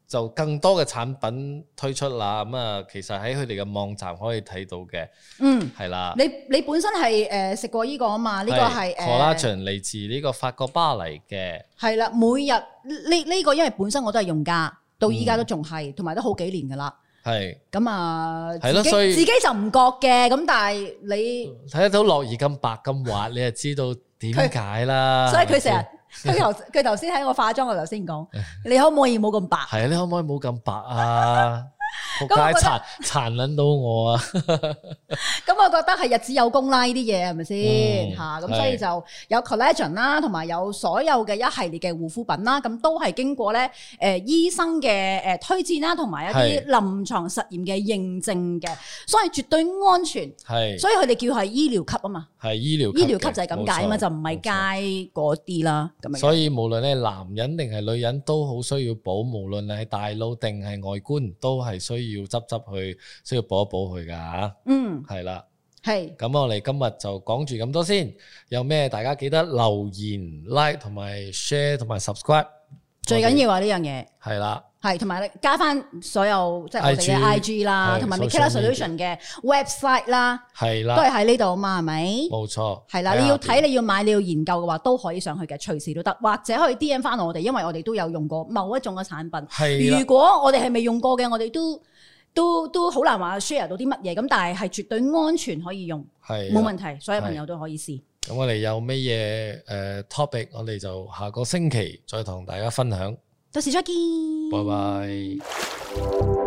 S1: 就更多嘅產品推出啦，咁啊，其實喺佢哋嘅網站可以睇到嘅，
S2: 嗯，
S1: 係啦。
S2: 你你本身係誒食過呢個啊嘛？呢個係呃
S1: collagen 嚟自呢個法國巴黎嘅，
S2: 係啦，每日呢呢個因為本身我都係用家，到依家都仲係，同埋都好幾年噶啦。
S1: 係
S2: 咁啊，
S1: 係咯
S2: 自己
S1: 所以
S2: 自己就唔覺嘅，咁但係你，
S1: 睇得到樂兒咁白咁滑，你就知道點解啦。
S2: 所以佢成
S1: 啊係
S2: 日佢頭佢頭先喺我化妝，我頭先講，你可唔可以冇咁白？
S1: 咪先係你可唔可以冇咁白 啊？仆
S2: 咁
S1: 街
S2: 我覺得
S1: 殘殘撚到我啊！
S2: 咁我覺得係日子有功啦，呢啲嘢係咪先
S1: 嗯
S2: 嚇？咁、
S1: 係
S2: 所以就有 collagen 啦，同埋有所有嘅一系列嘅護膚品啦，咁都係經過咧誒、呃、醫生嘅誒、呃推薦啦，同埋一啲
S1: 係
S2: 臨床實驗嘅認證嘅，所以絕對安全。
S1: 係
S2: 所以佢哋叫係醫療級啊嘛，
S1: 係醫療
S2: 醫療
S1: 嘅
S2: 級就係咁解啊嘛，
S1: 冇錯
S2: 就唔係街嗰啲啦咁
S1: 冇錯
S2: 樣。
S1: 所以無論你係男人定係女人都好需要補，無論你係大佬定係外觀，都係需要執執去，需要補一補佢㗎嚇。
S2: 嗯，
S1: 係啦。
S2: 係
S1: 咁我哋今日就講住咁多先，有咩大家記得留言、like 同埋 share 同埋 subscribe，
S2: 最緊要啊呢樣嘢。
S1: 係啦，
S2: 係，同埋咧加翻所有即係我哋嘅 I
S1: IG
S2: G 啦，
S1: 係
S2: 同埋
S1: social
S2: Mikela
S1: media
S2: Solution 嘅 website 啦，
S1: 係
S2: 都
S1: 啦，
S2: 係喺呢度啊嘛，係咪？
S1: 冇錯，
S2: 係啦，
S1: 下
S2: 你要
S1: 邊
S2: 睇，你要買，你要研究嘅話，都可以上去嘅，隨時都得，或者可以 D M 翻我哋，因為我哋都有用過某一種嘅產品。
S1: 係
S2: 如
S1: 啦，
S2: 果我哋係未用過嘅，我哋都都都好難話 share 到啲乜嘢，咁但係係絕對安全可以用，
S1: 係
S2: 冇
S1: 冇問。
S2: 問題，所有朋友都可以試。
S1: 咁我哋有咩嘢誒 topic，我哋就下個星期再同大家分享。
S2: 到時再見，
S1: 拜拜。